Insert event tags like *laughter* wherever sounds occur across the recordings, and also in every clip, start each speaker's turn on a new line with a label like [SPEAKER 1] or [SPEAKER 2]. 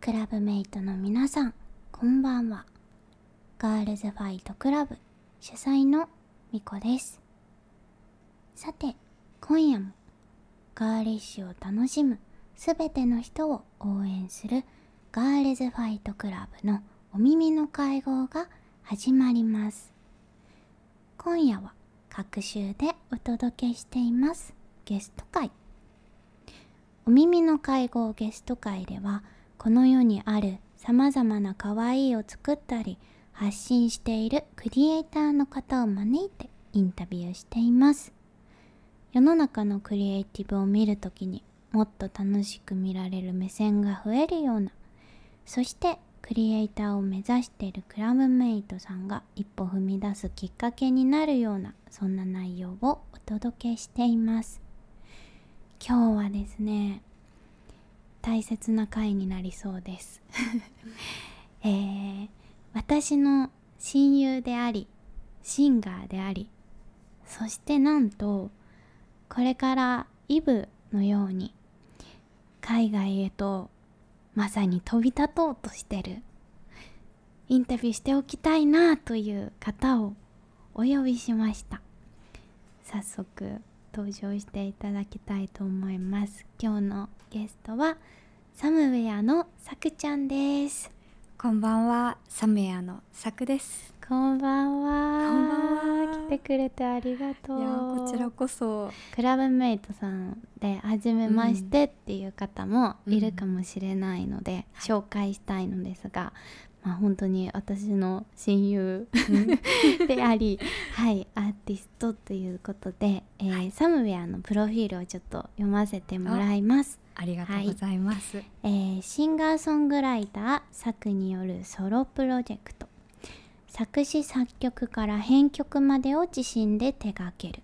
[SPEAKER 1] クラブメイトの皆さんこんばんはガールズファイトクラブ主催のみこですさて今夜もガーリッシュを楽しむすべての人を応援するガールズファイトクラブのお耳の会合が始まります今夜は各週でお届けしていますゲスト会お耳の会合ゲスト会ではこの世にあるさまざまな可愛いを作ったり発信しているクリエイターの方を招いてインタビューしています世の中のクリエイティブを見るときにもっと楽しく見られる目線が増えるようなそしてクリエイターを目指しているクラブメイトさんが一歩踏み出すきっかけになるようなそんな内容をお届けしています今日はですね大切な回になりそうです *laughs* えー、私の親友でありシンガーでありそしてなんとこれからイブのように海外へとまさに飛び立とうとしてるインタビューしておきたいなという方をお呼びしました早速登場していただきたいと思います今日のゲストはサムウェアのさくちゃんです
[SPEAKER 2] こんばんは、サムエアのさくです。
[SPEAKER 1] こんばんは
[SPEAKER 2] こんばんは
[SPEAKER 1] 来てくれてありが
[SPEAKER 2] い
[SPEAKER 1] と
[SPEAKER 2] や
[SPEAKER 1] う
[SPEAKER 2] ー、こちらこそ。
[SPEAKER 1] クラブメイトさんで初めましてっていう方もいるかもしれないので、紹介したいのですが、まあ、本当に私の親友 *laughs* であり、はい、アーティストということで、えーサムウェアのプロフィールをちょっと読ませてもらいます。
[SPEAKER 2] ありがとうございます。
[SPEAKER 1] えーシンガーソングライター作によるソロプロジェクト作詞作曲から編曲までを自身で手掛ける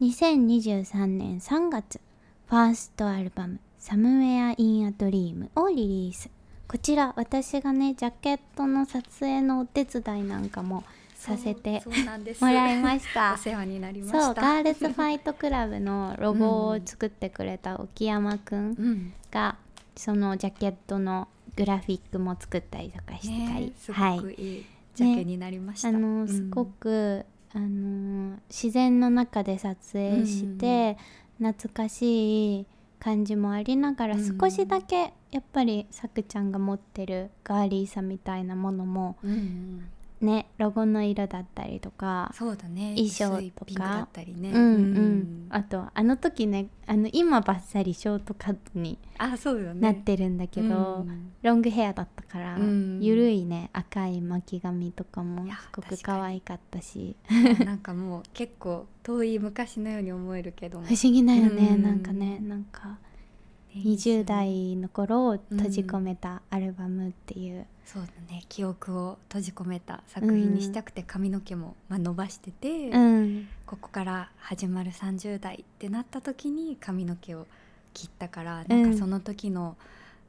[SPEAKER 1] 2023年3月ファーストアルバム「Somewhere in a Dream」をリリースこちら私がねジャケットの撮影のお手伝いなんかもさせて
[SPEAKER 2] そうそうなんです。
[SPEAKER 1] もらいました
[SPEAKER 2] *laughs* お世話になりました。
[SPEAKER 1] そうガールズファイトクラブのロゴを作ってくれた沖山くん
[SPEAKER 2] うん。
[SPEAKER 1] がそのジャケットのグラフィックも作ったりとかしてたり、
[SPEAKER 2] ね、す
[SPEAKER 1] は
[SPEAKER 2] ごく
[SPEAKER 1] い、
[SPEAKER 2] いいジャケになりました。
[SPEAKER 1] あ
[SPEAKER 2] う
[SPEAKER 1] の
[SPEAKER 2] ん
[SPEAKER 1] すごく、あの自然の中で撮影して、懐かしい感じもありながら、
[SPEAKER 2] うん
[SPEAKER 1] 少しだけやっぱりさくちゃんが持ってるガーリーさみたいなものも
[SPEAKER 2] うんうん
[SPEAKER 1] ねロゴの色だったりとか
[SPEAKER 2] そうだね。
[SPEAKER 1] 衣装
[SPEAKER 2] 薄い
[SPEAKER 1] とか
[SPEAKER 2] ピンクだったりね。
[SPEAKER 1] うんうん、
[SPEAKER 2] うん
[SPEAKER 1] あとあの時ねあの今ばっさりショートカットに
[SPEAKER 2] あ、そうよね。
[SPEAKER 1] なってるんだけど、
[SPEAKER 2] うん
[SPEAKER 1] ロングヘアだったから、
[SPEAKER 2] うん
[SPEAKER 1] ゆるいね赤い巻き髪とかも
[SPEAKER 2] いや
[SPEAKER 1] すごく
[SPEAKER 2] 確かに
[SPEAKER 1] 可愛かったし
[SPEAKER 2] なんかもう結構遠い昔のように思える
[SPEAKER 1] *laughs*
[SPEAKER 2] けども
[SPEAKER 1] 不。思議だよね、
[SPEAKER 2] うん
[SPEAKER 1] なんかねなんか
[SPEAKER 2] ね
[SPEAKER 1] 20。代の頃を閉じ込めたアルバムっていう、
[SPEAKER 2] そうだね。記憶を閉じ込めた作品にしたくて髪の毛もまあ伸ばしてて。
[SPEAKER 1] うん
[SPEAKER 2] ここから始まる30代ってなった時に髪の毛を切ったから、
[SPEAKER 1] うん
[SPEAKER 2] なんかその時の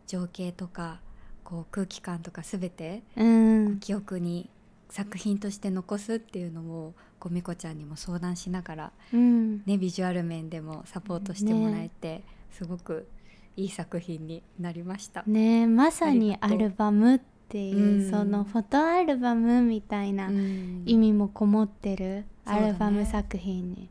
[SPEAKER 2] 情景とかこう空気感とか全て
[SPEAKER 1] うん
[SPEAKER 2] 記憶に作品として残すっていうのをこうみこちゃんにも相談しながら、
[SPEAKER 1] うん
[SPEAKER 2] ね、ビジュアル面でもサポートしてもらえて、すごくいい作品になりました。
[SPEAKER 1] ねまさに
[SPEAKER 2] あ
[SPEAKER 1] ア
[SPEAKER 2] りがとう
[SPEAKER 1] ルバムっていう、
[SPEAKER 2] うん
[SPEAKER 1] そのフォトアルバムみたいな
[SPEAKER 2] うん
[SPEAKER 1] 意味もこもってる
[SPEAKER 2] そ
[SPEAKER 1] ア
[SPEAKER 2] うだね
[SPEAKER 1] ルバム作品に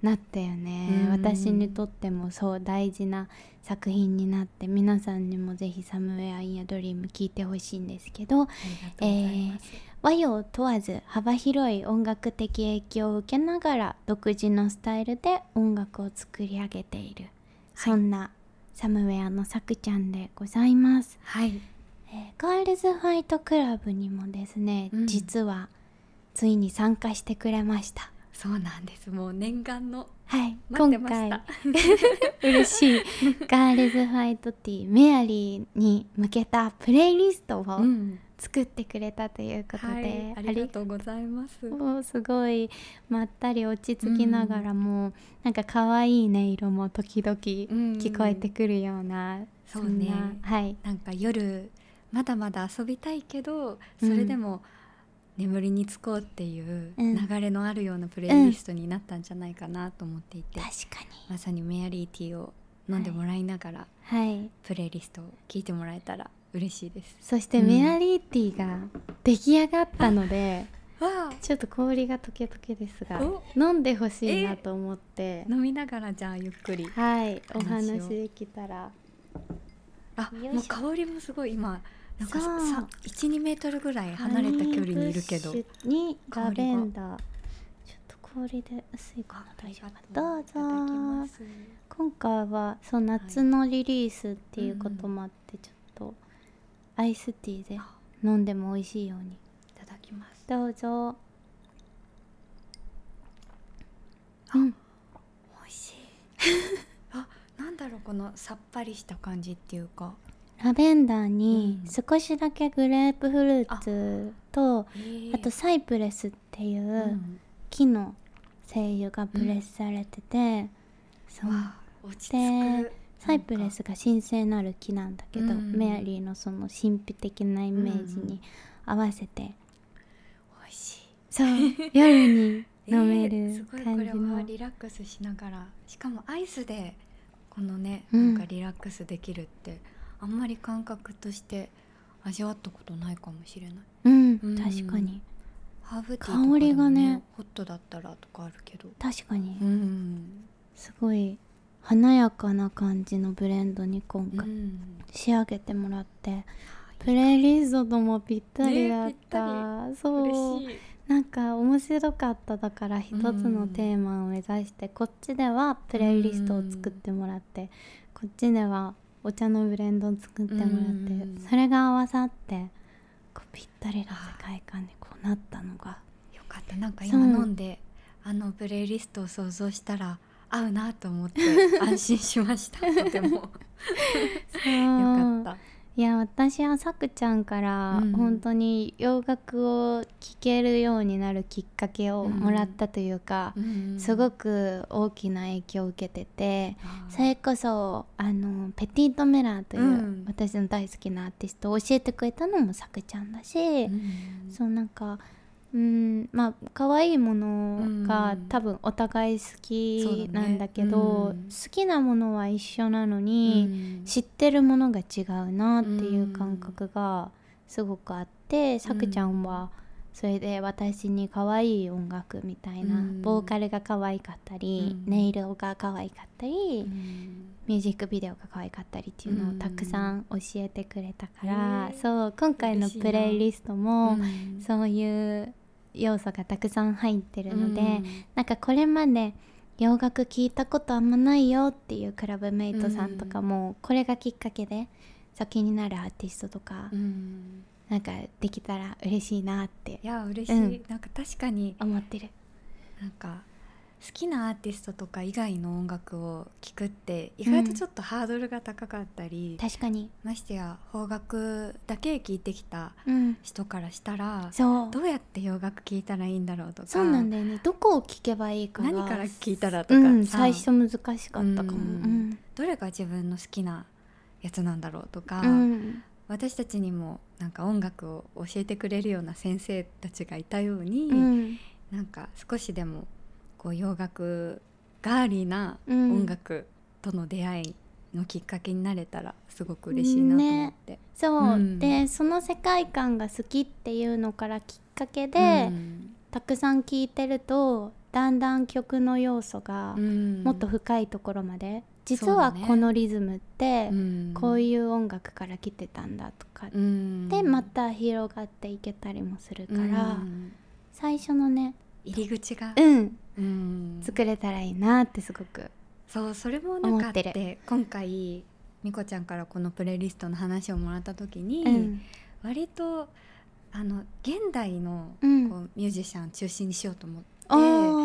[SPEAKER 1] なったよね
[SPEAKER 2] うん
[SPEAKER 1] 私にとってもそう大事な作品になって皆さんにもぜひ「サムウェア・イン・ア・ドリーム」聴いてほしいんですけど
[SPEAKER 2] ありがとうございます、
[SPEAKER 1] 和洋を問わず幅広い音楽的影響を受けながら独自のスタイルで音楽を作り上げている、そんなサムウェアのさくちゃんでございます。
[SPEAKER 2] はい
[SPEAKER 1] えーガールズファイトクラブにもですね、
[SPEAKER 2] うん
[SPEAKER 1] 実はついに参加してくれました
[SPEAKER 2] そうなんですもう念願の
[SPEAKER 1] はい
[SPEAKER 2] 待って
[SPEAKER 1] 今
[SPEAKER 2] ました
[SPEAKER 1] 回
[SPEAKER 2] *laughs*
[SPEAKER 1] 嬉しいガールズファイトティーメアリーに向けたプレイリストを
[SPEAKER 2] うん
[SPEAKER 1] 作ってくれたということで、
[SPEAKER 2] はい、ありがとうございます。
[SPEAKER 1] もうすごいまったり落ち着きながらも、なんか可愛い音色も時々聞こえてくるような、
[SPEAKER 2] そ
[SPEAKER 1] そ
[SPEAKER 2] うん
[SPEAKER 1] な
[SPEAKER 2] ね
[SPEAKER 1] はい
[SPEAKER 2] なんか夜まだまだ遊びたいけどそれでも眠りにつこうっていう
[SPEAKER 1] うん
[SPEAKER 2] 流れのあるようなプレイリストになったんじゃないかなと思っていて、
[SPEAKER 1] 確かに
[SPEAKER 2] まさにメアリーティーを飲んでもらいながら
[SPEAKER 1] はい
[SPEAKER 2] プレイリストを聞いてもらえたら嬉しいです
[SPEAKER 1] そして
[SPEAKER 2] うん
[SPEAKER 1] メアリーティーが出来上がったので、
[SPEAKER 2] わ
[SPEAKER 1] ちょっと氷が溶け溶けですが
[SPEAKER 2] お
[SPEAKER 1] 飲んでほしいなと思って
[SPEAKER 2] あ、飲みながらじゃあゆっくり
[SPEAKER 1] はいお
[SPEAKER 2] 話を
[SPEAKER 1] 話できたら
[SPEAKER 2] あ
[SPEAKER 3] よいしょ
[SPEAKER 2] もう香りもすごい今なんか
[SPEAKER 1] そう
[SPEAKER 2] さ12メートルぐらい離れた距離にいるけど
[SPEAKER 1] ハニーブッシュに
[SPEAKER 2] 香りが
[SPEAKER 1] ラベンダーちょっと氷で薄いかな大丈夫どうぞ
[SPEAKER 2] す
[SPEAKER 1] 今回はそう夏のリリースっていうこともあってちょっとアイスティーで
[SPEAKER 2] あ
[SPEAKER 1] 飲んでも美味しいように
[SPEAKER 2] いただきます
[SPEAKER 1] どうぞ
[SPEAKER 2] 美味しい *laughs* あなんだろうこのさっぱりした感じっていうか、
[SPEAKER 1] ラベンダーに
[SPEAKER 2] うん
[SPEAKER 1] 少しだけグレープフルーツとあと
[SPEAKER 2] う
[SPEAKER 1] サイプレスっていうん木の精油がプレスされててそう
[SPEAKER 2] わあ落ち着
[SPEAKER 1] で
[SPEAKER 2] く
[SPEAKER 1] サイプレスが神聖なる木なんだけど
[SPEAKER 2] うん
[SPEAKER 1] メアリーのその神秘的なイメージに合わせて
[SPEAKER 2] 美味しい
[SPEAKER 1] そう *laughs* 夜に飲め
[SPEAKER 2] え
[SPEAKER 1] る
[SPEAKER 2] ーすごいこ
[SPEAKER 1] 感
[SPEAKER 2] れ
[SPEAKER 1] じの
[SPEAKER 2] はリラックスしながらしかもアイスでこのね、
[SPEAKER 1] うん
[SPEAKER 2] なんかリラックスできるってあんまり感覚として味わったことないかもしれない
[SPEAKER 1] うん
[SPEAKER 2] うん
[SPEAKER 1] 確かに
[SPEAKER 2] ハーブティーとかでも、ね、
[SPEAKER 1] 香りがね
[SPEAKER 2] ホットだったらとかあるけど
[SPEAKER 1] 確かに
[SPEAKER 2] うん、
[SPEAKER 1] すごい華やかな感じのブレンドに今回
[SPEAKER 2] ん、
[SPEAKER 1] 仕上げてもらってプレイリストともぴったりだった、そう
[SPEAKER 2] 嬉しい
[SPEAKER 1] なんか面白かっただから一つのテーマを目指して、こっちではプレイリストを作ってもらって、こっちではお茶のブレンドを作ってもらって、
[SPEAKER 2] うん
[SPEAKER 1] それが合わさってこうぴったりの世界観でこうなったの
[SPEAKER 2] *laughs*
[SPEAKER 1] が
[SPEAKER 2] よかったなんか
[SPEAKER 1] そう
[SPEAKER 2] 今飲んであのプレイリストを想像したら合うなと思って安心しました *laughs* とてもよか
[SPEAKER 1] よ
[SPEAKER 2] った
[SPEAKER 1] いや私はさくちゃんから
[SPEAKER 2] うん
[SPEAKER 1] 本当に洋楽を聴けるようになるきっかけをもらったというか、すご
[SPEAKER 2] く
[SPEAKER 1] く大きな影響を受けてて、それこそあのペティート・メラーという、
[SPEAKER 2] うん
[SPEAKER 1] 私の大好きなアーティストを教えてくれたのもさくちゃんだし、そうなんかうんまあ可愛いものが、
[SPEAKER 2] うん
[SPEAKER 1] 多分お互い好き
[SPEAKER 2] そうだ
[SPEAKER 1] な
[SPEAKER 2] ね
[SPEAKER 1] んだけど
[SPEAKER 2] うん
[SPEAKER 1] 好きなものは一緒なのに。
[SPEAKER 2] に
[SPEAKER 1] 知ってるものが違うなっていう感覚がすごくあって、さくちゃんはそれで私に可愛い音楽みたいな、
[SPEAKER 2] うん
[SPEAKER 1] ボーカルが可愛かったり、
[SPEAKER 2] うん
[SPEAKER 1] ネイルが可愛かったり、ミュージックビデオが可愛かったりっていうのをたくさん教えてくれたから、
[SPEAKER 2] うんへー
[SPEAKER 1] そう今回の
[SPEAKER 2] 嬉しいな
[SPEAKER 1] プレイリストも、そういう要素がたくさん入ってるので、なんかこれまで洋楽聴いたことあんまないよっていうクラブメイトさんとかもこれがきっかけでそう気になるアーティストとか
[SPEAKER 2] うん
[SPEAKER 1] なんかできたら嬉しいなって
[SPEAKER 2] いや嬉しい、
[SPEAKER 1] うん
[SPEAKER 2] なんか確かに
[SPEAKER 1] 思ってる
[SPEAKER 2] なんか好きなアーティストとか以外の音楽を聴くって意外とちょっとハードルが高かったり、
[SPEAKER 1] 確かに
[SPEAKER 2] ましてや邦楽だけ聴いてきた
[SPEAKER 1] うん
[SPEAKER 2] 人からしたら
[SPEAKER 1] そう
[SPEAKER 2] どうやって洋楽聴いたらいいんだろうとか
[SPEAKER 1] そうなんだよねどこを聴けばいいかが
[SPEAKER 2] 何から聴いたらとか、
[SPEAKER 1] うん
[SPEAKER 2] さ
[SPEAKER 1] 最初難しかったかもう
[SPEAKER 2] うん
[SPEAKER 1] ん
[SPEAKER 2] どれが自分の好きなやつなんだろうとか、
[SPEAKER 1] うん
[SPEAKER 2] 私たちにもなんか音楽を教えてくれるような先生たちがいたように、
[SPEAKER 1] うん
[SPEAKER 2] なんか少しでもこう洋楽ガーリーな
[SPEAKER 1] うん
[SPEAKER 2] 音楽との出会いのきっかけになれたらすごく嬉しいなと思って。
[SPEAKER 1] そう、
[SPEAKER 2] うん
[SPEAKER 1] でその世界観が好きっていうのからきっかけで、
[SPEAKER 2] うん
[SPEAKER 1] たくさん聴いてるとだんだん曲の要素が
[SPEAKER 2] うん
[SPEAKER 1] もっと深いところまで、実
[SPEAKER 2] そう
[SPEAKER 1] は
[SPEAKER 2] だね
[SPEAKER 1] このリズムって
[SPEAKER 2] うん
[SPEAKER 1] こういう音楽から来てたんだとか、
[SPEAKER 2] うん
[SPEAKER 1] でまた広がっていけたりもするから、
[SPEAKER 2] うん
[SPEAKER 1] 最初のね
[SPEAKER 2] 入り口が、
[SPEAKER 1] うん
[SPEAKER 2] うん
[SPEAKER 1] 作れたらいいなってすごく
[SPEAKER 2] そうそれもなんかあって
[SPEAKER 1] 思って
[SPEAKER 2] 今回みこちゃんからこのプレイリストの話をもらった時に、
[SPEAKER 1] うん
[SPEAKER 2] 割とあの現代の
[SPEAKER 1] う
[SPEAKER 2] こ
[SPEAKER 1] ん
[SPEAKER 2] うミュージシャン中心にしようと思って、
[SPEAKER 1] お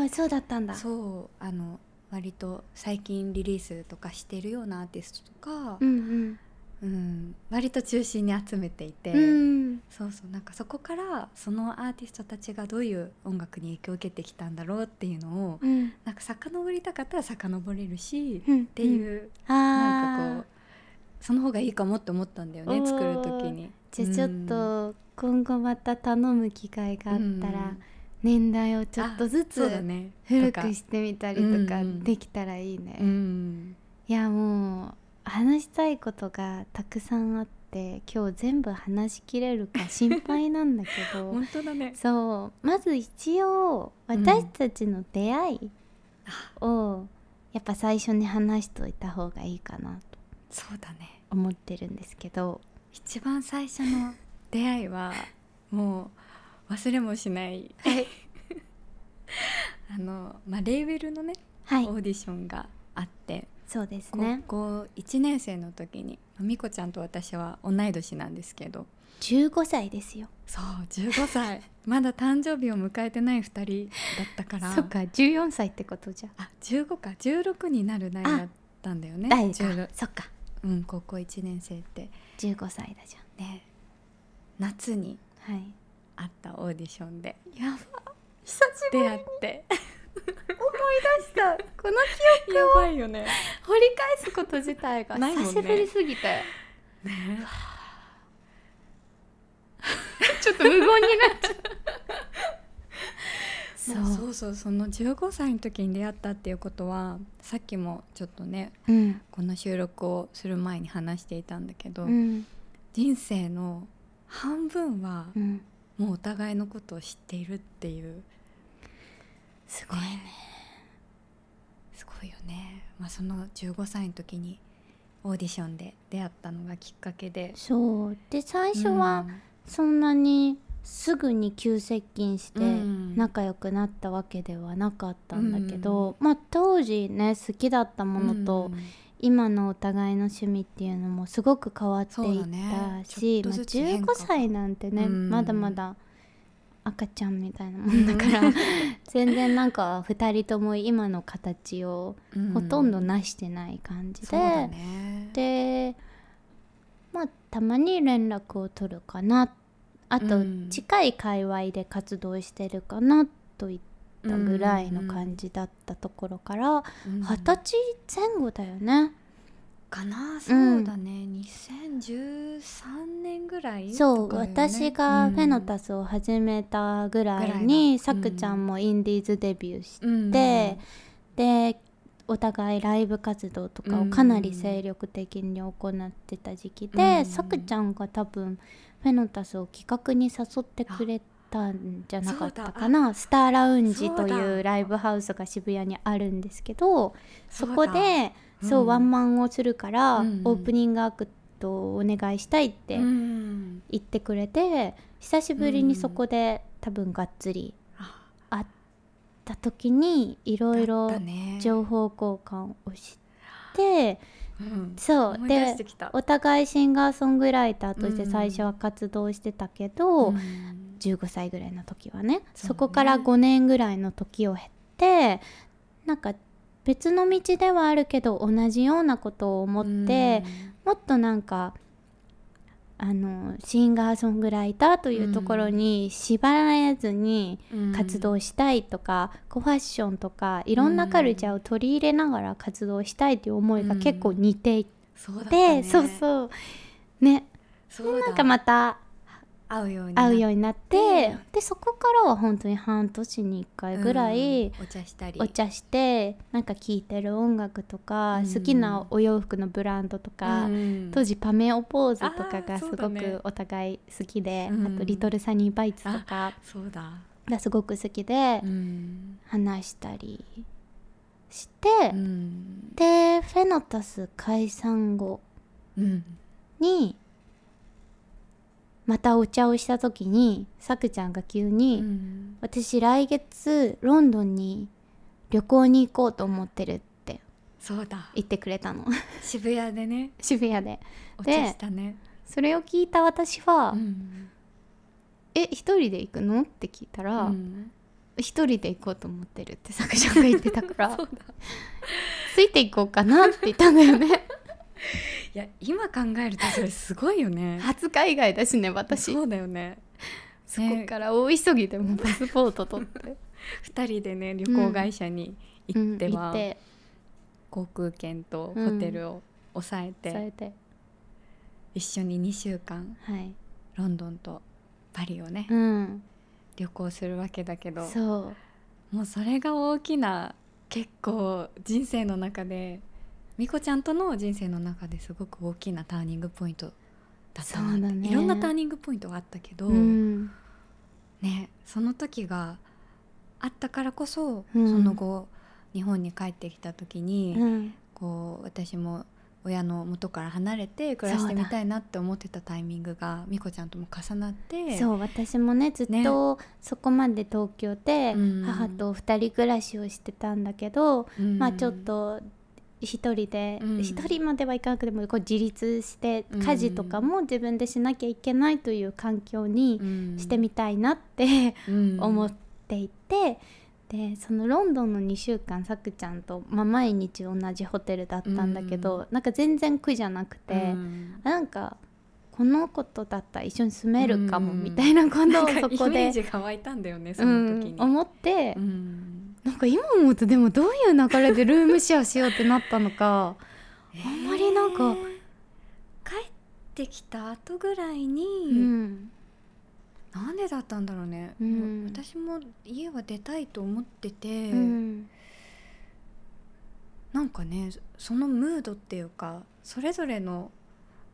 [SPEAKER 1] ーそうだったんだ
[SPEAKER 2] そうあの割と最近リリースとかしてるようなアーティストとか
[SPEAKER 1] う、ん
[SPEAKER 2] うん割と中心に集めていて、
[SPEAKER 1] うんうん
[SPEAKER 2] そうそうなんかそこからそのアーティストたちがどういう音楽に影響を受けてきたんだろうっていうのを
[SPEAKER 1] うん
[SPEAKER 2] なんか遡りたかったら遡れるし、
[SPEAKER 1] うん
[SPEAKER 2] っていう、なんか
[SPEAKER 1] あ
[SPEAKER 2] こうその方がいいかもって思ったんだよね
[SPEAKER 1] おー
[SPEAKER 2] 作る時に
[SPEAKER 1] ーじゃあちょっと今後また頼む機会があったら、
[SPEAKER 2] うん
[SPEAKER 1] 年代をちょっとず
[SPEAKER 2] そうだ
[SPEAKER 1] つ
[SPEAKER 2] ね
[SPEAKER 1] 古
[SPEAKER 2] とか
[SPEAKER 1] くしてみたりとか
[SPEAKER 2] うんうん
[SPEAKER 1] できたらいいね、
[SPEAKER 2] うん
[SPEAKER 1] いやもう話したいことがたくさんあっって今日全部話しきれるか心配なんだけ
[SPEAKER 2] *laughs*
[SPEAKER 1] ど
[SPEAKER 2] 本当だね
[SPEAKER 1] そうまず一応
[SPEAKER 2] ん
[SPEAKER 1] 私たちの出会いを、やっぱ最初に話しといた方がいいかなと
[SPEAKER 2] そうだね
[SPEAKER 1] 思ってるんですけど
[SPEAKER 2] 一番最初の出会い *laughs* はもう忘れもしない *laughs* あの、まあ、レーベルのね、
[SPEAKER 1] はい
[SPEAKER 2] オーディションがあって
[SPEAKER 1] そうです
[SPEAKER 2] 高
[SPEAKER 1] ね
[SPEAKER 2] 校1年生の時にみこちゃんと私は同い年なんですけど
[SPEAKER 1] 15歳ですよ
[SPEAKER 2] そう15歳 *laughs* まだ誕生日を迎えてない2人だったから
[SPEAKER 1] そっか14歳ってことじゃ
[SPEAKER 2] あ15か16になる代だったんだよね
[SPEAKER 1] だい
[SPEAKER 2] 16
[SPEAKER 1] かそっか
[SPEAKER 2] うん高校1年生って
[SPEAKER 1] 15歳だじ
[SPEAKER 2] ね夏に
[SPEAKER 1] ゃんはい
[SPEAKER 2] あったオーディションで
[SPEAKER 1] やば久しぶり
[SPEAKER 2] 出会って
[SPEAKER 1] だこの
[SPEAKER 2] *laughs* やばいよね。
[SPEAKER 1] 掘り返すこと自体が
[SPEAKER 2] ないもんね
[SPEAKER 1] 久しぶりすぎて *laughs*
[SPEAKER 2] ちょっと無言になっ
[SPEAKER 1] そ
[SPEAKER 2] そうそうそうその15歳の時に出会ったっていうことはさっきもちょっとね
[SPEAKER 1] うん
[SPEAKER 2] この収録をする前に話していたんだけど、
[SPEAKER 1] うん
[SPEAKER 2] 人生の半分は
[SPEAKER 1] うん
[SPEAKER 2] もうお互いのことを知っているっていう
[SPEAKER 1] すごいね
[SPEAKER 2] すごいよね、まあ、その15歳の時にオーディションで出会ったのがきっかけで
[SPEAKER 1] そうで最初はそんなにすぐに急接近して
[SPEAKER 2] うん
[SPEAKER 1] 仲良くなったわけではなかったんだけど、まあ当時ね好きだったものと、
[SPEAKER 2] うん
[SPEAKER 1] 今のお互いの趣味っていうのもすごく変わっていったし、
[SPEAKER 2] そうだねちょっと
[SPEAKER 1] まあ、
[SPEAKER 2] ずつ
[SPEAKER 1] 15
[SPEAKER 2] 変化が
[SPEAKER 1] 歳なんてね、
[SPEAKER 2] うん
[SPEAKER 1] まだまだ赤ちゃんみたいなもんだから
[SPEAKER 2] *laughs*
[SPEAKER 1] 全然なんか2人とも今の形を
[SPEAKER 2] うん
[SPEAKER 1] ほとんどなしてない感じで、
[SPEAKER 2] そうだね
[SPEAKER 1] でまあたまに連絡を取るかなあと
[SPEAKER 2] うん
[SPEAKER 1] 近い界隈で活動してるかなといったぐらいの感じだったところから、
[SPEAKER 2] うん
[SPEAKER 1] 二十歳前後だよね。
[SPEAKER 2] かなそうだね、2013年ぐらい
[SPEAKER 1] そう、
[SPEAKER 2] とかだよね
[SPEAKER 1] 私がフェノ
[SPEAKER 2] うん
[SPEAKER 1] タスを始めたぐらい
[SPEAKER 2] ぐらい
[SPEAKER 1] に
[SPEAKER 2] の
[SPEAKER 1] さくちゃんもインディーズデビューし
[SPEAKER 2] うん
[SPEAKER 1] て、でお互いライブ活動とかをかなり精力的に行ってた時期
[SPEAKER 2] う
[SPEAKER 1] で
[SPEAKER 2] ん
[SPEAKER 1] さくちゃんが多分フェノタスを企画に誘ってくれたんじゃなかったかなスターラウンジと
[SPEAKER 2] そう
[SPEAKER 1] い
[SPEAKER 2] だ
[SPEAKER 1] うライブハウスが渋谷にあるんですけどそう
[SPEAKER 2] だ
[SPEAKER 1] こでそう、
[SPEAKER 2] うん
[SPEAKER 1] ワンマンをするから、
[SPEAKER 2] うんうん
[SPEAKER 1] オープニングアクトをお願いしたいって
[SPEAKER 2] うん
[SPEAKER 1] 言ってくれて久しぶりにそこで、多分がっつり
[SPEAKER 2] あ
[SPEAKER 1] 会った時にいろいろ
[SPEAKER 2] だったね
[SPEAKER 1] 情報交換をして、
[SPEAKER 2] うん
[SPEAKER 1] そ
[SPEAKER 2] 思
[SPEAKER 1] う
[SPEAKER 2] い出し
[SPEAKER 1] で
[SPEAKER 2] てきた
[SPEAKER 1] お互いシンガーソングライターとして
[SPEAKER 2] うん
[SPEAKER 1] 最初は活動してたけど、
[SPEAKER 2] うん
[SPEAKER 1] 15歳ぐらいの時はね
[SPEAKER 2] そうね
[SPEAKER 1] そこから5年ぐらいの時を経てなんか別の道ではあるけど同じようなことを思って、もっとなんかあのシンガーソングライターというところに縛られずに
[SPEAKER 2] うん
[SPEAKER 1] 活動したいとか、こうファッションとかいろんなカルチャーを取り入れながら活動したいという思いが結構似てい
[SPEAKER 2] そうだった
[SPEAKER 1] て、
[SPEAKER 2] ね
[SPEAKER 1] そうそうね
[SPEAKER 2] そうだ
[SPEAKER 1] なんかまた
[SPEAKER 2] 会うように
[SPEAKER 1] 会うよう
[SPEAKER 2] に
[SPEAKER 1] になって、
[SPEAKER 2] うん
[SPEAKER 1] でそこからは本当に半年に1回ぐらい、
[SPEAKER 2] お茶したり
[SPEAKER 1] お茶してなんか聴いてる音楽とか、
[SPEAKER 2] うん
[SPEAKER 1] 好きなお洋服のブランドとか、
[SPEAKER 2] うん
[SPEAKER 1] 当時パメオポーズとか
[SPEAKER 2] あー
[SPEAKER 1] がす
[SPEAKER 2] そう
[SPEAKER 1] ご
[SPEAKER 2] だね
[SPEAKER 1] くお互い好きであ,、
[SPEAKER 2] うん
[SPEAKER 1] とリトルサニーバイツとか
[SPEAKER 2] そうだ
[SPEAKER 1] がすごく好きで
[SPEAKER 2] うん
[SPEAKER 1] 話したりして、
[SPEAKER 2] うん
[SPEAKER 1] でフェノタス解散後
[SPEAKER 2] うん
[SPEAKER 1] にまたお茶をした時にさくちゃんが急に「
[SPEAKER 2] うん
[SPEAKER 1] 私来月ロンドンに旅行に行こうと思ってる」って
[SPEAKER 2] そうだ
[SPEAKER 1] 言ってくれたの *laughs*
[SPEAKER 2] 渋谷でね
[SPEAKER 1] 渋谷で
[SPEAKER 2] お茶
[SPEAKER 1] で
[SPEAKER 2] したね
[SPEAKER 1] それを聞いた私は「
[SPEAKER 2] うん
[SPEAKER 1] え一人で行くの?」って聞いたら「
[SPEAKER 2] うん
[SPEAKER 1] 一人で行こうと思ってるって作者が言ってたから
[SPEAKER 2] *laughs* そうだ
[SPEAKER 1] ついていこうかなって言ったんだ
[SPEAKER 2] *laughs*
[SPEAKER 1] よね
[SPEAKER 2] いや今考えるとそれすごいよね
[SPEAKER 1] 初海外だしね私
[SPEAKER 2] そうだよね
[SPEAKER 1] そこから大急ぎでもうパスポート取って
[SPEAKER 2] 2人でね旅行会社に行って
[SPEAKER 1] うん行
[SPEAKER 2] は、
[SPEAKER 1] って
[SPEAKER 2] 航空券とホテルを抑えて、
[SPEAKER 1] されて
[SPEAKER 2] 一緒に2週間
[SPEAKER 1] はい
[SPEAKER 2] ロンドンとパリをね、
[SPEAKER 1] うん
[SPEAKER 2] 旅行するわけだけど
[SPEAKER 1] そう
[SPEAKER 2] もうそれが大きな結構人生の中で美子ちゃんとの人生の中ですごく大きなターニングポイントだった
[SPEAKER 1] そうだ
[SPEAKER 2] なって、
[SPEAKER 1] ね
[SPEAKER 2] いろんなターニングポイントがあったけど、
[SPEAKER 1] うん
[SPEAKER 2] ねその時があったからこそ、
[SPEAKER 1] うん
[SPEAKER 2] その後日本に帰ってきた時に、
[SPEAKER 1] うん
[SPEAKER 2] こう私も親の元から離れて暮らしてみたいなって思ってたタイミングが美子ちゃんとも重なって
[SPEAKER 1] そう私もねずっとそこまで東京で
[SPEAKER 2] うん
[SPEAKER 1] 母と2人暮らしをしてたんだけど、
[SPEAKER 2] うん
[SPEAKER 1] まあちょっと一人で
[SPEAKER 2] うん
[SPEAKER 1] 一、人まではいかなくてもこう自立して
[SPEAKER 2] うん
[SPEAKER 1] 家事とかも自分でしなきゃいけないという環境にしてみたいなって、
[SPEAKER 2] うん
[SPEAKER 1] 思っていて。でそのロンドンの2週間さくちゃんと、まあ、毎日同じホテルだったんだけど、なんか全然苦じゃなくて、
[SPEAKER 2] うん
[SPEAKER 1] なんかこの子とだったら一緒に住めるかも
[SPEAKER 2] うん
[SPEAKER 1] みたいなこと
[SPEAKER 2] *laughs* なん
[SPEAKER 1] を
[SPEAKER 2] か
[SPEAKER 1] そこ
[SPEAKER 2] イメー
[SPEAKER 1] で、
[SPEAKER 2] ジが湧いたんだよねそうの時
[SPEAKER 1] ん
[SPEAKER 2] に、、
[SPEAKER 1] 思って、
[SPEAKER 2] うん
[SPEAKER 1] なんか今思うとでもどういう流れでルームシェアしようってなったのかあんまりなんか、
[SPEAKER 2] 帰ってきた後ぐらいに、
[SPEAKER 1] うん
[SPEAKER 2] なんでだったんだろうね、
[SPEAKER 1] うん
[SPEAKER 2] 私も家は出たいと思ってて、
[SPEAKER 1] うん
[SPEAKER 2] なんかねそのムードっていうかそれぞれの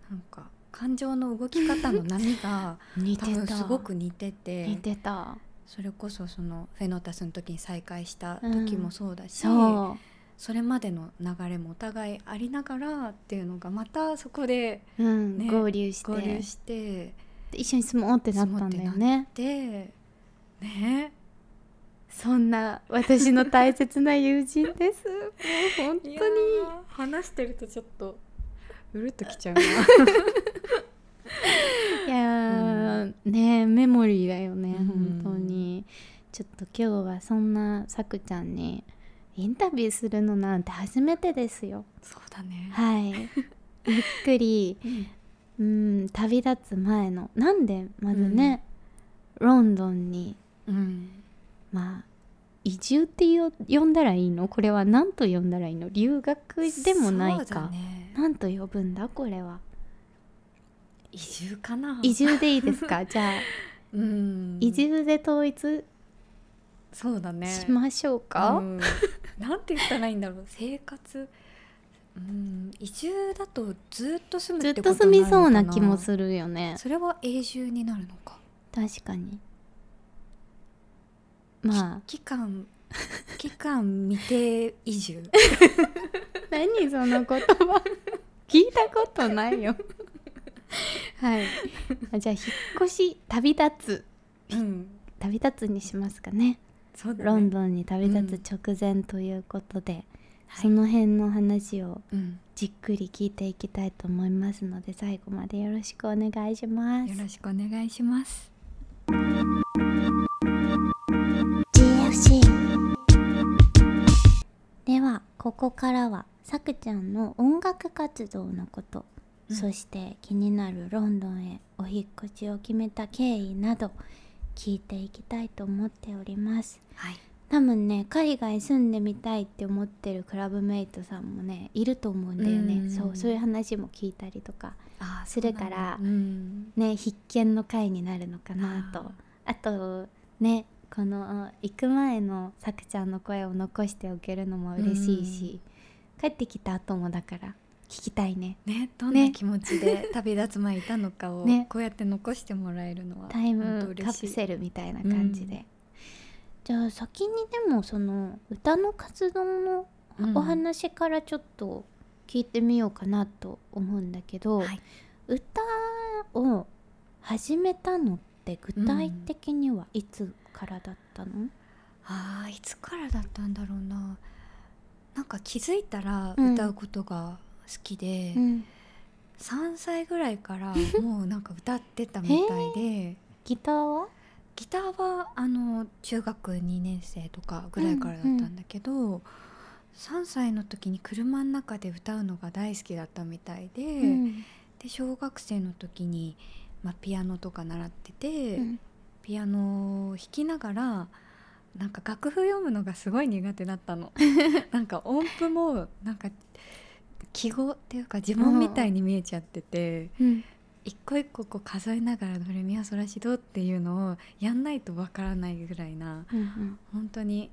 [SPEAKER 2] なんか感情の動き方の波 *laughs* が
[SPEAKER 1] 似
[SPEAKER 2] 多
[SPEAKER 1] て
[SPEAKER 2] 分
[SPEAKER 1] た
[SPEAKER 2] すごく似てて
[SPEAKER 1] 似てた
[SPEAKER 2] それこそそのフェノータスの時に再会した時もそうだし、
[SPEAKER 1] そ
[SPEAKER 2] それまでの流れもお互いありながらっていうのがまたそこで
[SPEAKER 1] う、うん
[SPEAKER 2] ね
[SPEAKER 1] 合流して
[SPEAKER 2] 合流して
[SPEAKER 1] 一緒に住もうってなったんだよ
[SPEAKER 2] 住
[SPEAKER 1] ね
[SPEAKER 2] でね
[SPEAKER 1] そんな私の大切な友人ですもう本当
[SPEAKER 2] い
[SPEAKER 1] に
[SPEAKER 2] やー話してるとちょっとうるっときちゃう
[SPEAKER 1] *laughs*
[SPEAKER 2] な。
[SPEAKER 1] いやー、ねメモリーだよね、
[SPEAKER 2] うん
[SPEAKER 1] 本当にちょっと今日はそんなさくちゃんにインタビューするのなんて初めてですよ
[SPEAKER 2] そうだね、
[SPEAKER 1] はい
[SPEAKER 2] *laughs*
[SPEAKER 1] ゆっくりうん旅立つ前のなんでまずね、ロンドンに
[SPEAKER 2] うん、
[SPEAKER 1] まあ移住ってよ呼んだらいいのこれは何と呼んだらいいの留学でもない
[SPEAKER 2] そうだ
[SPEAKER 1] か、
[SPEAKER 2] ね、
[SPEAKER 1] なんと呼ぶんだこれは
[SPEAKER 2] 移住かな
[SPEAKER 1] 移住でいいです
[SPEAKER 2] *laughs*
[SPEAKER 1] かじゃあ
[SPEAKER 2] うん
[SPEAKER 1] 移住で統一
[SPEAKER 2] そうだね
[SPEAKER 1] しましょうか、
[SPEAKER 2] うんなんて言ったらいいんだろう生活うん移住だとずっと住む
[SPEAKER 1] ず
[SPEAKER 2] っ
[SPEAKER 1] ってと
[SPEAKER 2] こと
[SPEAKER 1] 住
[SPEAKER 2] に
[SPEAKER 1] み
[SPEAKER 2] なるのかな
[SPEAKER 1] そうな気もするよね
[SPEAKER 2] それは永住になるのか、
[SPEAKER 1] 確かにまあ
[SPEAKER 2] 期間 *laughs* 期間未定移
[SPEAKER 1] *laughs*
[SPEAKER 2] 住 *laughs*
[SPEAKER 1] 何その言葉聞いたことない
[SPEAKER 2] *laughs*
[SPEAKER 1] よはいあじゃあ引っ越し旅立つ
[SPEAKER 2] うん
[SPEAKER 1] 旅立つにしますかね
[SPEAKER 2] そうだね
[SPEAKER 1] ロンドンに旅立つ直前ということで、
[SPEAKER 2] はい
[SPEAKER 1] その辺の話を
[SPEAKER 2] うん、
[SPEAKER 1] じっくり聞いていきたいと思いますので最後までよろしくお願いします
[SPEAKER 2] よろしくお願いします
[SPEAKER 3] GFC
[SPEAKER 1] ではここからはさくちゃんの音楽活動のこと、
[SPEAKER 2] うん
[SPEAKER 1] そして気になるロンドンへお引っ越しを決めた経緯など聞いていきたいと思っております
[SPEAKER 2] はい
[SPEAKER 1] 多分ね海外住んでみたいって思ってるクラブメイトさんもねいると思うんだよね、
[SPEAKER 2] うん
[SPEAKER 1] そうそういう話も聞いたりとか
[SPEAKER 2] あー
[SPEAKER 1] するから
[SPEAKER 2] そうなんだ
[SPEAKER 1] ね必見の回になるのかなと
[SPEAKER 2] あ
[SPEAKER 1] あとねこの行く前のさくちゃんの声を残しておけるのも嬉しいし、帰ってきた後もだから聞きたいね
[SPEAKER 2] うんねどん
[SPEAKER 1] ね
[SPEAKER 2] な気持ちで
[SPEAKER 1] *laughs*
[SPEAKER 2] 旅立つ前いたのかを、
[SPEAKER 1] ね
[SPEAKER 2] こうやって残してもらえるのは
[SPEAKER 1] タイ
[SPEAKER 2] 本
[SPEAKER 1] ムカ
[SPEAKER 2] 当嬉し
[SPEAKER 1] プ
[SPEAKER 2] い
[SPEAKER 1] セルみたいな感じで、
[SPEAKER 2] うん
[SPEAKER 1] じゃあ先にでもその歌の活動の
[SPEAKER 2] うん
[SPEAKER 1] お話からちょっと聞いてみようかなと思うんだけど、
[SPEAKER 2] はい
[SPEAKER 1] 歌を始めたのって具体的にはいつからだったの、
[SPEAKER 2] あーいつからだったんだろうななんか気づいたら
[SPEAKER 1] うん
[SPEAKER 2] 歌うことが好きで、
[SPEAKER 1] うん
[SPEAKER 2] 3歳ぐらいからもうなんか歌ってたみたいで、
[SPEAKER 1] ギターは
[SPEAKER 2] ギターはあの中学2年生とかぐらいからだったんだけど、3歳の時に車の中で歌うのが大好きだったみたいで,、
[SPEAKER 1] うん
[SPEAKER 2] で小学生の時に、まあ、ピアノとか習ってて、
[SPEAKER 1] うん
[SPEAKER 2] ピアノを弾きながらなんか楽譜読むのがすごい苦手だっ
[SPEAKER 1] *laughs*
[SPEAKER 2] たのなんか音符もなんか記号っていうか自分みたいに見えちゃってて、
[SPEAKER 1] うん
[SPEAKER 2] 一個一個こう数えながらドレミアソラシドっていうのをやんないとわからないぐらいな
[SPEAKER 1] うん
[SPEAKER 2] 本当に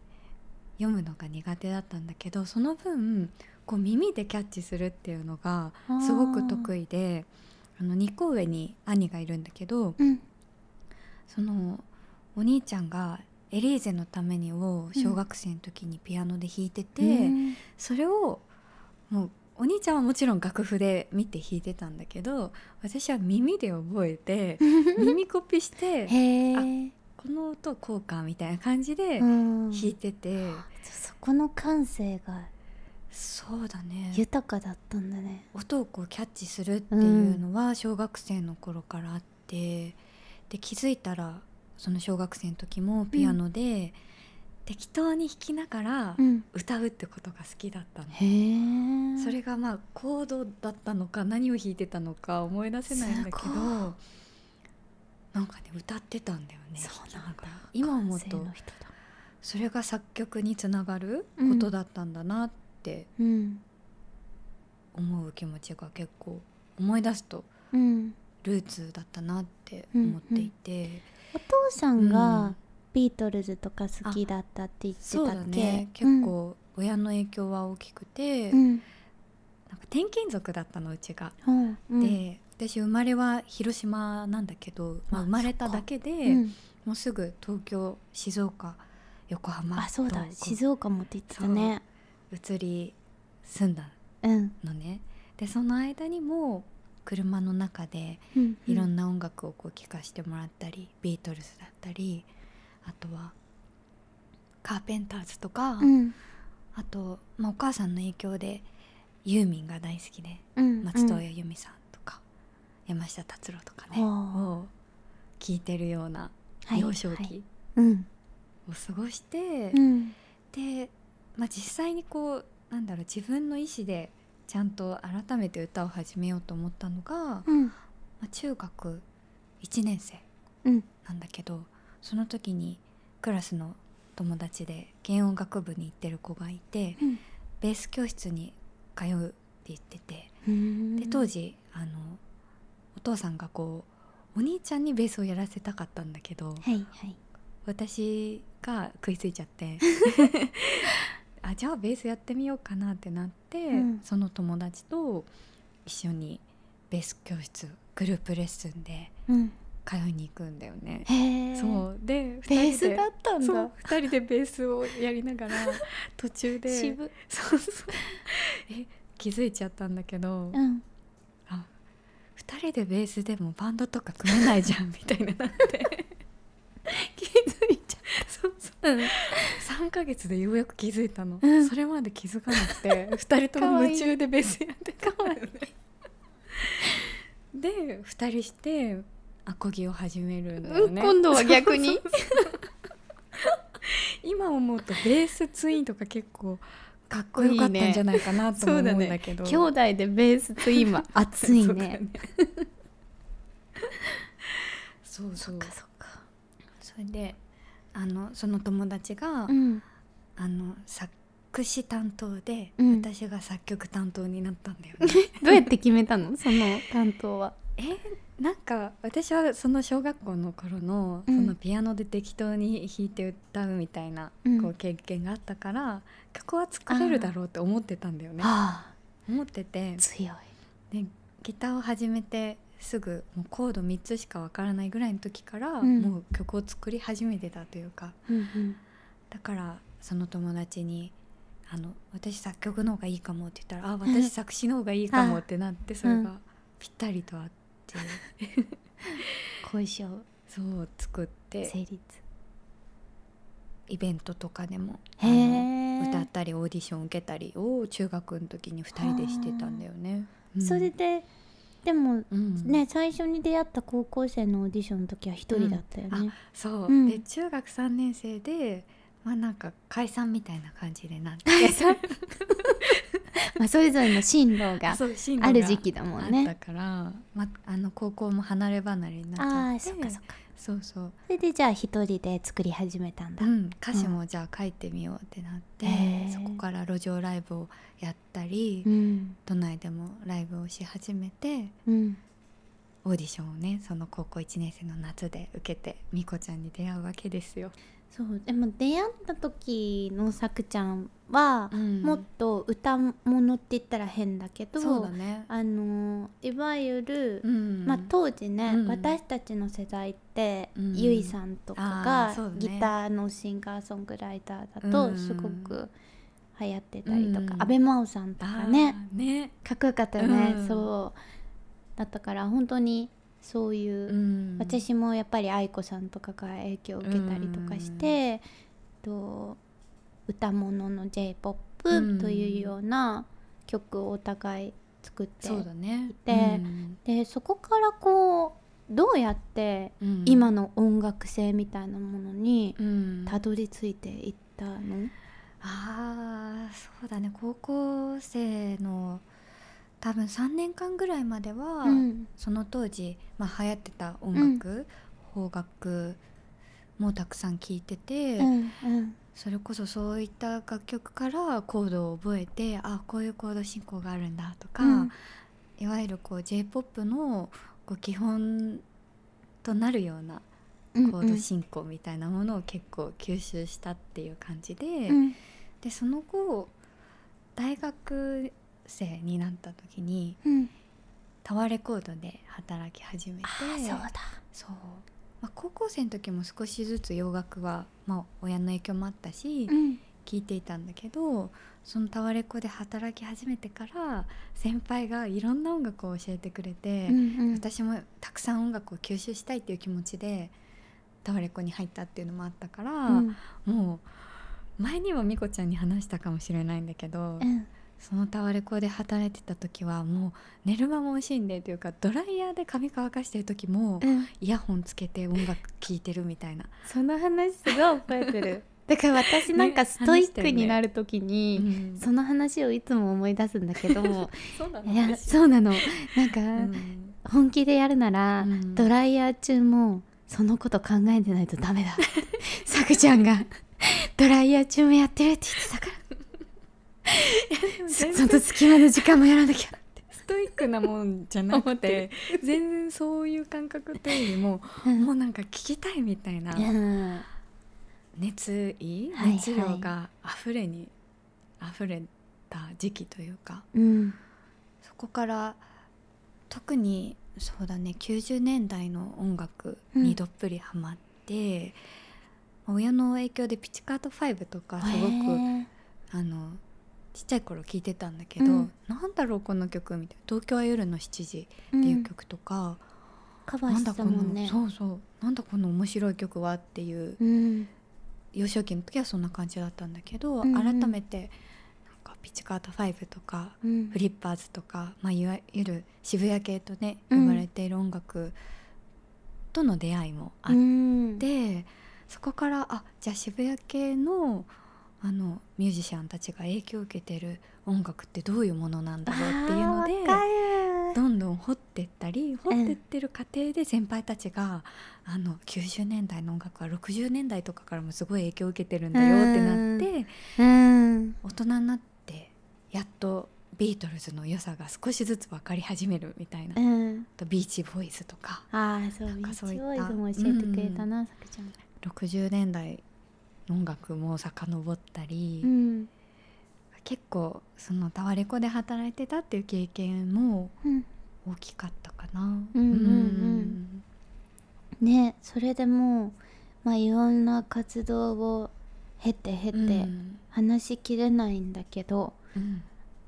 [SPEAKER 2] 読むのが苦手だったんだけどその分こう耳でキャッチするっていうのが
[SPEAKER 1] うん
[SPEAKER 2] すごく得
[SPEAKER 1] 意
[SPEAKER 2] 意であの2個上に兄がいるんだけど
[SPEAKER 1] うん
[SPEAKER 2] そのお兄ちゃんが「エリーゼのために」を小学生の時にピアノで弾いてて、
[SPEAKER 1] うん
[SPEAKER 2] それをもうお兄ちゃんはもちろん楽譜で見て弾いてたんだけど私は耳で覚えて耳コピして
[SPEAKER 1] へえ
[SPEAKER 2] この音こうかみたいな感じで弾
[SPEAKER 1] 弾
[SPEAKER 2] いてて、
[SPEAKER 1] そこの感性が
[SPEAKER 2] そうだね
[SPEAKER 1] 豊かだったんだね
[SPEAKER 2] 音をこうキャッチするっていうのは小学生の頃からあって、で気づいたらその小学生の時もピアノで、適当に弾きながら
[SPEAKER 1] うん
[SPEAKER 2] 歌うってことが好きだったの、
[SPEAKER 1] へえ
[SPEAKER 2] それがまあコードだったのか何を弾いてたのか思い出せないんだけど
[SPEAKER 1] すごい
[SPEAKER 2] なんかね歌ってたんだよね
[SPEAKER 1] そうなんだ
[SPEAKER 2] 弾きがら今思
[SPEAKER 1] 感
[SPEAKER 2] う
[SPEAKER 1] 性
[SPEAKER 2] と
[SPEAKER 1] の人だ
[SPEAKER 2] それが作曲につながることだったんだなって
[SPEAKER 1] うん
[SPEAKER 2] 思う気持ちが結構思い出すと
[SPEAKER 1] うん
[SPEAKER 2] ルーツだったなって思っていて、
[SPEAKER 1] お父さん
[SPEAKER 2] う
[SPEAKER 1] が
[SPEAKER 2] ん
[SPEAKER 1] ビートルズとか好きだったって言って
[SPEAKER 2] そう
[SPEAKER 1] た
[SPEAKER 2] だ
[SPEAKER 1] っけ、
[SPEAKER 2] ね結構親の影響は大きくて、
[SPEAKER 1] うん、
[SPEAKER 2] なんか転勤族だったのうちが。
[SPEAKER 1] うんうん、
[SPEAKER 2] で私生まれは広島なんだけど、まあ、
[SPEAKER 1] あ
[SPEAKER 2] 生まれただけで、
[SPEAKER 1] うん
[SPEAKER 2] もうすぐ東京静岡横浜
[SPEAKER 1] あそうだ
[SPEAKER 2] とこ
[SPEAKER 1] 静岡もって言ってたね
[SPEAKER 2] 移り住んだ
[SPEAKER 1] うん
[SPEAKER 2] のね。でその間にも車の中で
[SPEAKER 1] うん
[SPEAKER 2] いろん
[SPEAKER 1] な
[SPEAKER 2] な音楽をこう聴かせてもらったり、ビートルズだったりあとはカーペンターズとか、
[SPEAKER 1] うん
[SPEAKER 2] あと、まあ、お母さんの影響でユーミンが大好きで
[SPEAKER 1] うん
[SPEAKER 2] 松任谷由実さんとか、山下達郎とかね
[SPEAKER 1] おー
[SPEAKER 2] を聴いてるような
[SPEAKER 1] はい
[SPEAKER 2] 幼少
[SPEAKER 1] はい
[SPEAKER 2] 期
[SPEAKER 1] うん
[SPEAKER 2] を過ごして、
[SPEAKER 1] うん
[SPEAKER 2] で、まあ、実際にこうなんだろう自分の意思でちゃんと改めて歌を始めようと思ったのが、
[SPEAKER 1] うん
[SPEAKER 2] まあ、中学1年生
[SPEAKER 1] うん
[SPEAKER 2] なんだけど、その時にクラスの友達で軽音楽部に行ってる子がいて、
[SPEAKER 1] うん
[SPEAKER 2] ベース教室に通うって言ってて、
[SPEAKER 1] うん
[SPEAKER 2] で当時あのお父さんがこうお兄ちゃんにベースをやらせたかったんだけど
[SPEAKER 1] はいはい
[SPEAKER 2] 私が食いついちゃって
[SPEAKER 1] *laughs*
[SPEAKER 2] あじゃあベースやってみようかなってなって、
[SPEAKER 1] うん
[SPEAKER 2] その友達と一緒にベース教室グループレッスンで
[SPEAKER 1] うん
[SPEAKER 2] 通いに行くんだよね。
[SPEAKER 1] へえ
[SPEAKER 2] そうで
[SPEAKER 1] ベ
[SPEAKER 2] 二
[SPEAKER 1] ー
[SPEAKER 2] 人で
[SPEAKER 1] スだったん
[SPEAKER 2] そ
[SPEAKER 1] だ
[SPEAKER 2] う2人でベースをやりながら途中 *laughs* で
[SPEAKER 1] 渋
[SPEAKER 2] そうそうえ気づいちゃったんだけど、
[SPEAKER 1] うん
[SPEAKER 2] あ2人でベースでもバンドとか組めないじゃんみたいになって
[SPEAKER 1] *laughs*
[SPEAKER 2] 気づいちゃったそうそう、3ヶ月でようやく気づいたの、
[SPEAKER 1] うん
[SPEAKER 2] それまで気づかなくて2人と
[SPEAKER 1] か
[SPEAKER 2] も
[SPEAKER 1] わいい
[SPEAKER 2] 夢中でベースやってたんだよねで2人してアコギを始めるんだよね、
[SPEAKER 1] 今度は逆に
[SPEAKER 2] 今思うとベースツインとか結構かっこよかったんじゃないかなとも思うんだけど
[SPEAKER 1] 兄弟でベースと今熱
[SPEAKER 2] *laughs*
[SPEAKER 1] いね
[SPEAKER 2] そうそ
[SPEAKER 1] そっ
[SPEAKER 2] う
[SPEAKER 1] かそっか
[SPEAKER 2] それであのその友達が、
[SPEAKER 1] うん
[SPEAKER 2] あの作詞担当で、
[SPEAKER 1] うん
[SPEAKER 2] 私が作曲担当になったんだよね
[SPEAKER 1] どうやって決めたの *laughs* その担当は
[SPEAKER 2] *laughs* えなんか私はその小学校の頃の,、
[SPEAKER 1] うん
[SPEAKER 2] そのピアノで適当に弾いて歌うみたいな、
[SPEAKER 1] うん
[SPEAKER 2] こう経験があったから曲は作れるだろうって思ってたんだよね
[SPEAKER 1] あ
[SPEAKER 2] 思ってて
[SPEAKER 1] 強い
[SPEAKER 2] でギターを始めてすぐもうコード3つしかわからないぐらいの時から、
[SPEAKER 1] うん
[SPEAKER 2] もう曲を作り始めてたというか
[SPEAKER 1] うん
[SPEAKER 2] だからその友達に「あの私作曲の方がいいかも」って言ったら「あ
[SPEAKER 1] うん
[SPEAKER 2] 私作詞の方がいいかも」ってなってそれがぴったりとあって、
[SPEAKER 1] 恋しよう
[SPEAKER 2] そう
[SPEAKER 1] *laughs*
[SPEAKER 2] 作って
[SPEAKER 1] 成立
[SPEAKER 2] イベントとかでもあ
[SPEAKER 1] へ
[SPEAKER 2] の
[SPEAKER 1] え
[SPEAKER 2] 歌ったりオーディション受けたりを中学の時に2人でしてたんだよね。うん
[SPEAKER 1] それででも
[SPEAKER 2] うん
[SPEAKER 1] ね最初に出会った高校生のオーディションの時は一人だったよ
[SPEAKER 2] う
[SPEAKER 1] ね
[SPEAKER 2] そう、
[SPEAKER 1] うん
[SPEAKER 2] で中学3年生でまあなんか解散みたいな感じでなって解 *laughs* 散
[SPEAKER 1] まあそれぞれの進路が
[SPEAKER 2] そう進路が
[SPEAKER 1] ある時期だもん
[SPEAKER 2] あっ
[SPEAKER 1] ね
[SPEAKER 2] たから、まあ、あの高校も離れ離れに
[SPEAKER 1] あ
[SPEAKER 2] な
[SPEAKER 1] あ
[SPEAKER 2] っち
[SPEAKER 1] ーそ
[SPEAKER 2] ゃっ
[SPEAKER 1] ってかそっか
[SPEAKER 2] そうそう、
[SPEAKER 1] それでじゃあ一人で作り始めたんだ
[SPEAKER 2] うん、歌詞もじゃあ書いてみようってなって、
[SPEAKER 1] へー
[SPEAKER 2] そこから路上ライブをやったり、
[SPEAKER 1] うん
[SPEAKER 2] 都内でもライブをし始めて
[SPEAKER 1] うん
[SPEAKER 2] オーディションをねその高校1年生の夏で受けてみこちゃんに出会うわけですよ。
[SPEAKER 1] そうでも出会った時のさくちゃんは、
[SPEAKER 2] ん
[SPEAKER 1] もっと歌物って言ったら変だけど
[SPEAKER 2] そうだね、
[SPEAKER 1] あのいわゆる、
[SPEAKER 2] うん
[SPEAKER 1] まあ、当時ね、
[SPEAKER 2] うん
[SPEAKER 1] 私たちの世代って、
[SPEAKER 2] うん
[SPEAKER 1] ゆいさんとか
[SPEAKER 2] あー
[SPEAKER 1] が、
[SPEAKER 2] そうだね
[SPEAKER 1] ギターのシンガーソングライターだと
[SPEAKER 2] うん
[SPEAKER 1] すごく流行ってたりとか
[SPEAKER 2] うん
[SPEAKER 1] 阿部真央さんと
[SPEAKER 2] あ
[SPEAKER 1] か
[SPEAKER 2] ー
[SPEAKER 1] ね
[SPEAKER 2] ね、
[SPEAKER 1] かっこよかったよね、
[SPEAKER 2] うん
[SPEAKER 1] そうだったから本当にそういう、
[SPEAKER 2] うん
[SPEAKER 1] 私もやっぱり愛子さんとかが影響を受けたりとかして、と歌物の j p o
[SPEAKER 2] うん
[SPEAKER 1] p というような曲をお互い作って、
[SPEAKER 2] そうだね
[SPEAKER 1] で
[SPEAKER 2] うん
[SPEAKER 1] でそこからこうどうやって
[SPEAKER 2] うん
[SPEAKER 1] 今の音楽性みたいなものに
[SPEAKER 2] うん
[SPEAKER 1] たどり着いていったの、
[SPEAKER 2] あーそうだね高校生の多分3年間ぐらいまでは、
[SPEAKER 1] うん
[SPEAKER 2] その当時、まあ、流行ってた音楽、邦楽もたくさん聴いてて、
[SPEAKER 1] うんうん
[SPEAKER 2] それこそそういった楽曲からコードを覚えてあこういうコード進行があるんだとか、
[SPEAKER 1] うん
[SPEAKER 2] いわゆるこう j p o p のこう基本となるような
[SPEAKER 1] うんうん
[SPEAKER 2] コード進行みたいなものを結構吸収したっていう感じで。
[SPEAKER 1] うん
[SPEAKER 2] でその後大学生になった時に
[SPEAKER 1] うん
[SPEAKER 2] タワーレコードで働き始めて
[SPEAKER 1] ああそうだ
[SPEAKER 2] そうまあ、高校生の時も少しずつ洋楽は、まあ、親の影響もあったし、
[SPEAKER 1] うん
[SPEAKER 2] 聞いていたんだけどそのタワレコで働き始めてから先輩がいろんな音楽を教えてくれて、
[SPEAKER 1] うんうん
[SPEAKER 2] 私もたくさん音楽を吸収したいっていう気持ちでタワレコに入ったっていうのもあったから、
[SPEAKER 1] うん
[SPEAKER 2] もう前にもみこちゃんに話したかもしれないんだけど、
[SPEAKER 1] うん
[SPEAKER 2] そのタワレコで働いてた時はもう寝る間も惜しんでというかドライヤーで髪乾かしてる時も
[SPEAKER 1] うん
[SPEAKER 2] イヤホンつけて音楽聴いてるみたいな、
[SPEAKER 4] その話すごい覚えてる *laughs* だから私なんか
[SPEAKER 2] ね
[SPEAKER 4] ストイッ
[SPEAKER 2] 話して
[SPEAKER 4] ク
[SPEAKER 2] るね
[SPEAKER 4] になる時に、
[SPEAKER 2] うん
[SPEAKER 4] その話をいつも思い出すんだけど
[SPEAKER 2] *laughs* そうだ
[SPEAKER 4] いやそうなのなんか、
[SPEAKER 2] うん
[SPEAKER 4] 本気でやるなら、
[SPEAKER 2] うん
[SPEAKER 4] ドライヤー中もそのこと考えてないとダメ
[SPEAKER 2] *laughs*
[SPEAKER 4] ださくちゃんがドライヤー中もやってるって言ってたからそその隙間の時間もやらなきゃ
[SPEAKER 2] ストイックなもんじゃなくて全然そういう感覚というよりも、
[SPEAKER 4] うん
[SPEAKER 2] もうなんか聞きたいみたいな
[SPEAKER 4] うん
[SPEAKER 2] 熱意、
[SPEAKER 4] はいはい
[SPEAKER 2] 熱量が溢れに溢れた時期というか
[SPEAKER 4] うん
[SPEAKER 2] そこから特にそうだね90年代の音楽にどっぷりハマって、親の影響でピチカート5とかすごくあのちっちゃい頃聴いてたんだけど、
[SPEAKER 1] うん
[SPEAKER 2] なんだろうこの曲みたいな「東京は夜の7時」
[SPEAKER 1] う
[SPEAKER 2] ってい
[SPEAKER 1] ん
[SPEAKER 2] う曲とか、
[SPEAKER 1] カバー
[SPEAKER 2] なん
[SPEAKER 1] し
[SPEAKER 2] だ
[SPEAKER 1] てた
[SPEAKER 2] こ
[SPEAKER 1] も
[SPEAKER 2] の、
[SPEAKER 1] んね
[SPEAKER 2] そうそうなんだこの面白い曲はっていう
[SPEAKER 1] うん
[SPEAKER 2] 幼少期の時はそんな感じだったんだけど、
[SPEAKER 1] うんうん
[SPEAKER 2] 改めてなんかピチカート5とか
[SPEAKER 1] うん
[SPEAKER 2] フリッパーズとか、まあ、いわゆる渋谷系とね
[SPEAKER 1] う
[SPEAKER 2] 呼
[SPEAKER 1] ん
[SPEAKER 2] ばれている音楽との出会いもあっ
[SPEAKER 1] うん
[SPEAKER 2] て、そこからあじゃあ渋谷系のあのミュージシャンたちが影響を受けてる音楽ってどういうものなんだろうっていうの
[SPEAKER 1] あ
[SPEAKER 2] で。
[SPEAKER 1] ーわかる
[SPEAKER 2] どんどん掘ってったり掘ってってる過程で先輩たちが、あの90年代の音楽は60年代とかからもすごい影響を受けてるんだよってなって
[SPEAKER 4] うん
[SPEAKER 2] 大人になってやっとビートルズの良さが少しずつ分かり始めるみたいな、あ
[SPEAKER 1] うん
[SPEAKER 2] とビーチボーイズとか
[SPEAKER 1] ああそう
[SPEAKER 2] なん
[SPEAKER 1] ビ
[SPEAKER 2] か
[SPEAKER 1] ーチ
[SPEAKER 2] そう
[SPEAKER 1] ボ
[SPEAKER 2] いった
[SPEAKER 1] ーイズも教えてくれたなさくちゃんが
[SPEAKER 2] 60年代の音楽も遡ったり、
[SPEAKER 1] うん
[SPEAKER 2] 結構そのタワレコで働いてたっていう経験も
[SPEAKER 1] うん
[SPEAKER 2] 大きかったかな。
[SPEAKER 1] うんうんうんねそれでもうまあいろんな活動を経て経
[SPEAKER 2] うん
[SPEAKER 1] て話しきれないんだけど、
[SPEAKER 2] うん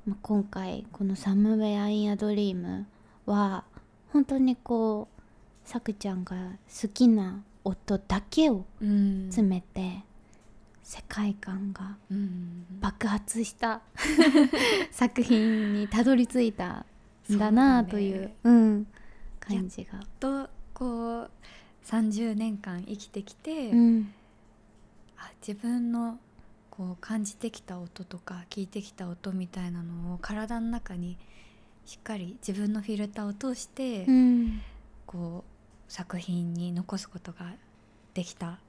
[SPEAKER 1] まあ、今回この「サムウェア・イン・ア・ドリーム」は本当にこうさくちゃんが好きな音だけを
[SPEAKER 2] うん
[SPEAKER 1] 詰めて世界観が
[SPEAKER 2] うん
[SPEAKER 1] 爆発した *laughs* 作品にたどり着いたんだ
[SPEAKER 2] そうだ
[SPEAKER 1] な
[SPEAKER 2] ね
[SPEAKER 1] といううん、感じが。
[SPEAKER 2] とこう30年間生きてきて、
[SPEAKER 1] うん
[SPEAKER 2] あ自分のこう感じてきた音とか聞いてきた音みたいなのを体の中にしっかり自分のフィルターを通して、
[SPEAKER 1] うん
[SPEAKER 2] こう作品に残すことができた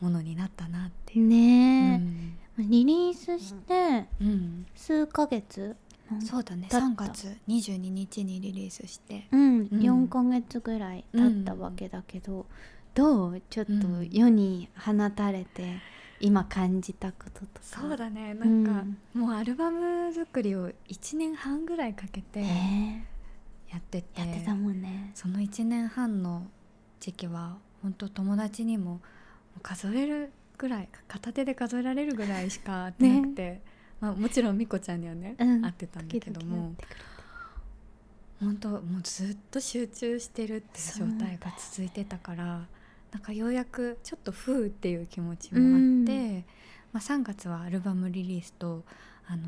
[SPEAKER 2] ものになったなっていう。
[SPEAKER 1] ね
[SPEAKER 2] ん
[SPEAKER 1] え、リリースして
[SPEAKER 2] うん
[SPEAKER 1] 数ヶ月
[SPEAKER 2] そうだね
[SPEAKER 1] だった
[SPEAKER 2] 3月22日にリリースして、
[SPEAKER 1] うん、
[SPEAKER 2] うん
[SPEAKER 1] 4ヶ月ぐらい経ったわけだけど、どうちょっと
[SPEAKER 2] うん
[SPEAKER 1] 世に放たれて今感じたこととか
[SPEAKER 2] そうだねな
[SPEAKER 1] うん
[SPEAKER 2] んか、もうアルバム作りを1年半ぐらいかけて
[SPEAKER 1] ね
[SPEAKER 2] やってて,、
[SPEAKER 1] やってたもんね、
[SPEAKER 2] その1年半の時期は本当友達にももう数えるぐらい片手で数えられるぐらいしか会ってなくて、まあ、もちろんみこちゃんにはね、
[SPEAKER 1] うん
[SPEAKER 2] 会ってたんだけど
[SPEAKER 1] 時々や
[SPEAKER 2] も
[SPEAKER 1] ってくれた
[SPEAKER 2] 本当もうずっと集中してるっていう状態が続いてたからなんかようやくちょっとふうっていう気持ちもあって、
[SPEAKER 1] うん
[SPEAKER 2] まあ、3月はアルバムリリースとあの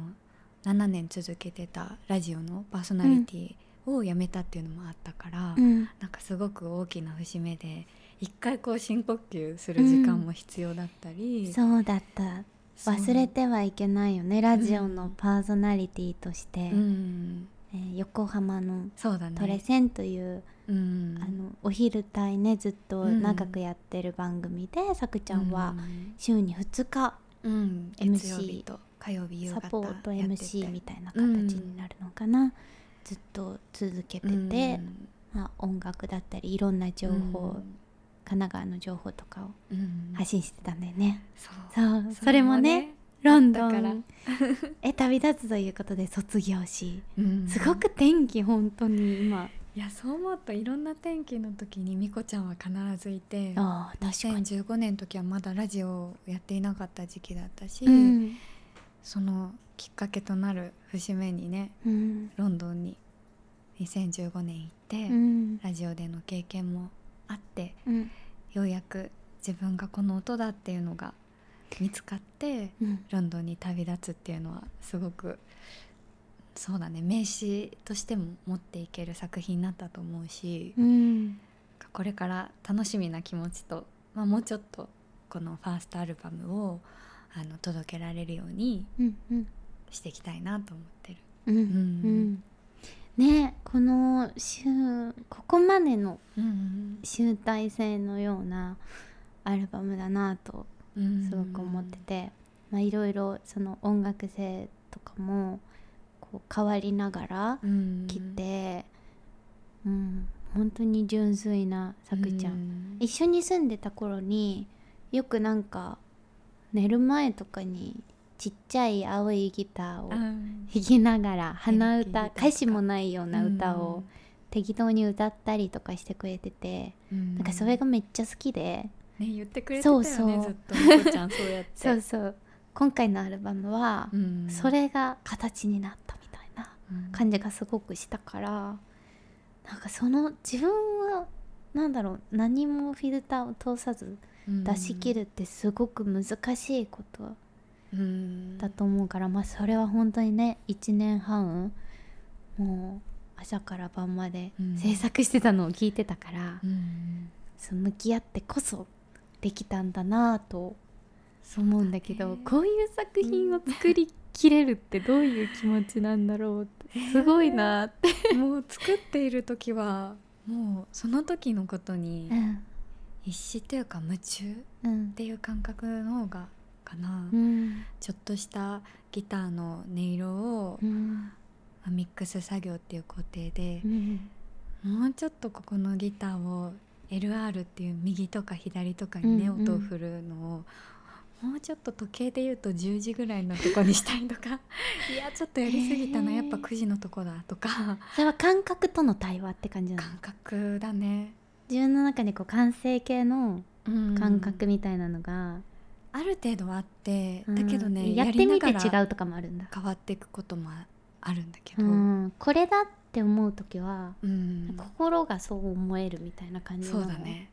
[SPEAKER 2] 7年続けてたラジオのパーソナリティをやめたっていうのもあったから、
[SPEAKER 1] うん
[SPEAKER 2] なんかすごく大きな節目で一回こう深呼吸する時間も必要だったり、
[SPEAKER 1] そうだった
[SPEAKER 2] そう
[SPEAKER 1] 忘れてはいけないよねラジオのパーソナリティとして、
[SPEAKER 2] うん
[SPEAKER 1] えー横浜の
[SPEAKER 2] そうだね
[SPEAKER 1] トレセンという、
[SPEAKER 2] うん
[SPEAKER 1] あのお昼帯ねずっと長くやってる番組で、さくちゃんは週に2日
[SPEAKER 2] うん、
[SPEAKER 1] MC
[SPEAKER 2] 月曜日と火曜日夕
[SPEAKER 1] サ
[SPEAKER 2] 方
[SPEAKER 1] ポート
[SPEAKER 2] やってて
[SPEAKER 1] MC みたいな形になるのかな、ずっと続けてて、
[SPEAKER 2] うん
[SPEAKER 1] まあ、音楽だったりいろんな情報、神奈川の情報とかを
[SPEAKER 2] うんうん
[SPEAKER 1] 発信してたんだよね、
[SPEAKER 2] そう
[SPEAKER 1] そうそれもねロンド
[SPEAKER 2] あったから
[SPEAKER 1] ンへ旅立つということで卒業し
[SPEAKER 2] うん
[SPEAKER 1] すごく天気本当に今
[SPEAKER 2] いやそう思うといろんな天気の時にみこちゃんは必ずいて
[SPEAKER 1] ああ確かに、
[SPEAKER 2] 2015年の時はまだラジオをやっていなかった時期だったし、
[SPEAKER 1] うん
[SPEAKER 2] そのきっかけとなる節目にね
[SPEAKER 1] うん
[SPEAKER 2] ロンドンに2015年行って、
[SPEAKER 1] うん
[SPEAKER 2] ラジオでの経験もあって
[SPEAKER 1] うん
[SPEAKER 2] ようやく自分がこの音だっていうのが見つかって
[SPEAKER 1] うん
[SPEAKER 2] ロンドンに旅立つっていうのはすごくそうだね名詞としても持っていける作品になったと思うし、
[SPEAKER 1] うん
[SPEAKER 2] これから楽しみな気持ちと、まあ、もうちょっとこのファーストアルバムをあの届けられるように
[SPEAKER 1] うんうん
[SPEAKER 2] していきたいなと思ってる。
[SPEAKER 1] うんうんねこの週ここまでの
[SPEAKER 2] うん
[SPEAKER 1] 集大成のようなアルバムだなとすごく思ってて、まあ、いろいろその音楽性とかもこう変わりながら来て、うん本当に純粋なさくちゃん、
[SPEAKER 2] ん
[SPEAKER 1] 一緒に住んでた頃によくなんか寝る前とかにちっちゃい青いギターを弾きながら鼻
[SPEAKER 2] 弾きな
[SPEAKER 1] 歌
[SPEAKER 2] がら
[SPEAKER 1] 歌詞もないような歌を適当に歌ったりとかしてくれてて、なんかそれがめっちゃ好きで。
[SPEAKER 2] ね言ってくれてた
[SPEAKER 1] そ
[SPEAKER 2] よ
[SPEAKER 1] う
[SPEAKER 2] ね
[SPEAKER 1] そう
[SPEAKER 2] ずっとみこちゃんそうやって
[SPEAKER 1] そうそう今回のアルバムは、
[SPEAKER 2] うん
[SPEAKER 1] それが形になったみたいな
[SPEAKER 2] うん
[SPEAKER 1] 感じがすごくしたからなんかその自分はなんだろう何もフィルターを通さず出し切るってすごく難しいこと
[SPEAKER 2] うん
[SPEAKER 1] だと思うから、まあそれは本当にね1年半もう朝から晩まで
[SPEAKER 2] うん
[SPEAKER 1] 制作してたのを聞いてたから、
[SPEAKER 2] うん
[SPEAKER 1] そう向き合ってこそできたんだなぁと思うんだけど
[SPEAKER 2] そうだね
[SPEAKER 1] こういう作品を作りきれるってどういう気持ちなんだろうって、すごいなぁって、
[SPEAKER 2] もう作っている時はもうその時のことに
[SPEAKER 1] ん
[SPEAKER 2] 必死というか夢中っ
[SPEAKER 1] うん
[SPEAKER 2] ていう感覚の方がかな、
[SPEAKER 1] うん
[SPEAKER 2] ちょっとしたギターの音色を、
[SPEAKER 1] うん
[SPEAKER 2] まあミックス作業っていう工程で
[SPEAKER 1] う、ん
[SPEAKER 2] もうちょっとここのギターを LR っていう右とか左とかにね、
[SPEAKER 1] うんうん
[SPEAKER 2] 音を振るのをもうちょっと時計で言うと10時ぐらいのとこにしたいと
[SPEAKER 1] *laughs*
[SPEAKER 2] かいやちょっとやりすぎたな、
[SPEAKER 1] へー
[SPEAKER 2] やっぱ9時のとこだとか
[SPEAKER 1] それは感覚との対話って感じなの
[SPEAKER 2] 感覚だね、
[SPEAKER 1] 自分の中にこう完成形の
[SPEAKER 2] うん
[SPEAKER 1] 感覚みたいなのが、
[SPEAKER 2] ある程度はあって、
[SPEAKER 1] うん
[SPEAKER 2] だけどね
[SPEAKER 1] やってみて
[SPEAKER 2] やりなが
[SPEAKER 1] 違
[SPEAKER 2] ら
[SPEAKER 1] うとかもあるんだ、
[SPEAKER 2] 変わっていくこともあるんだけ
[SPEAKER 1] う
[SPEAKER 2] ど、うん
[SPEAKER 1] ん、これだって思う時は、心がそう思えるみたいな感じな
[SPEAKER 2] そう
[SPEAKER 1] の
[SPEAKER 2] だね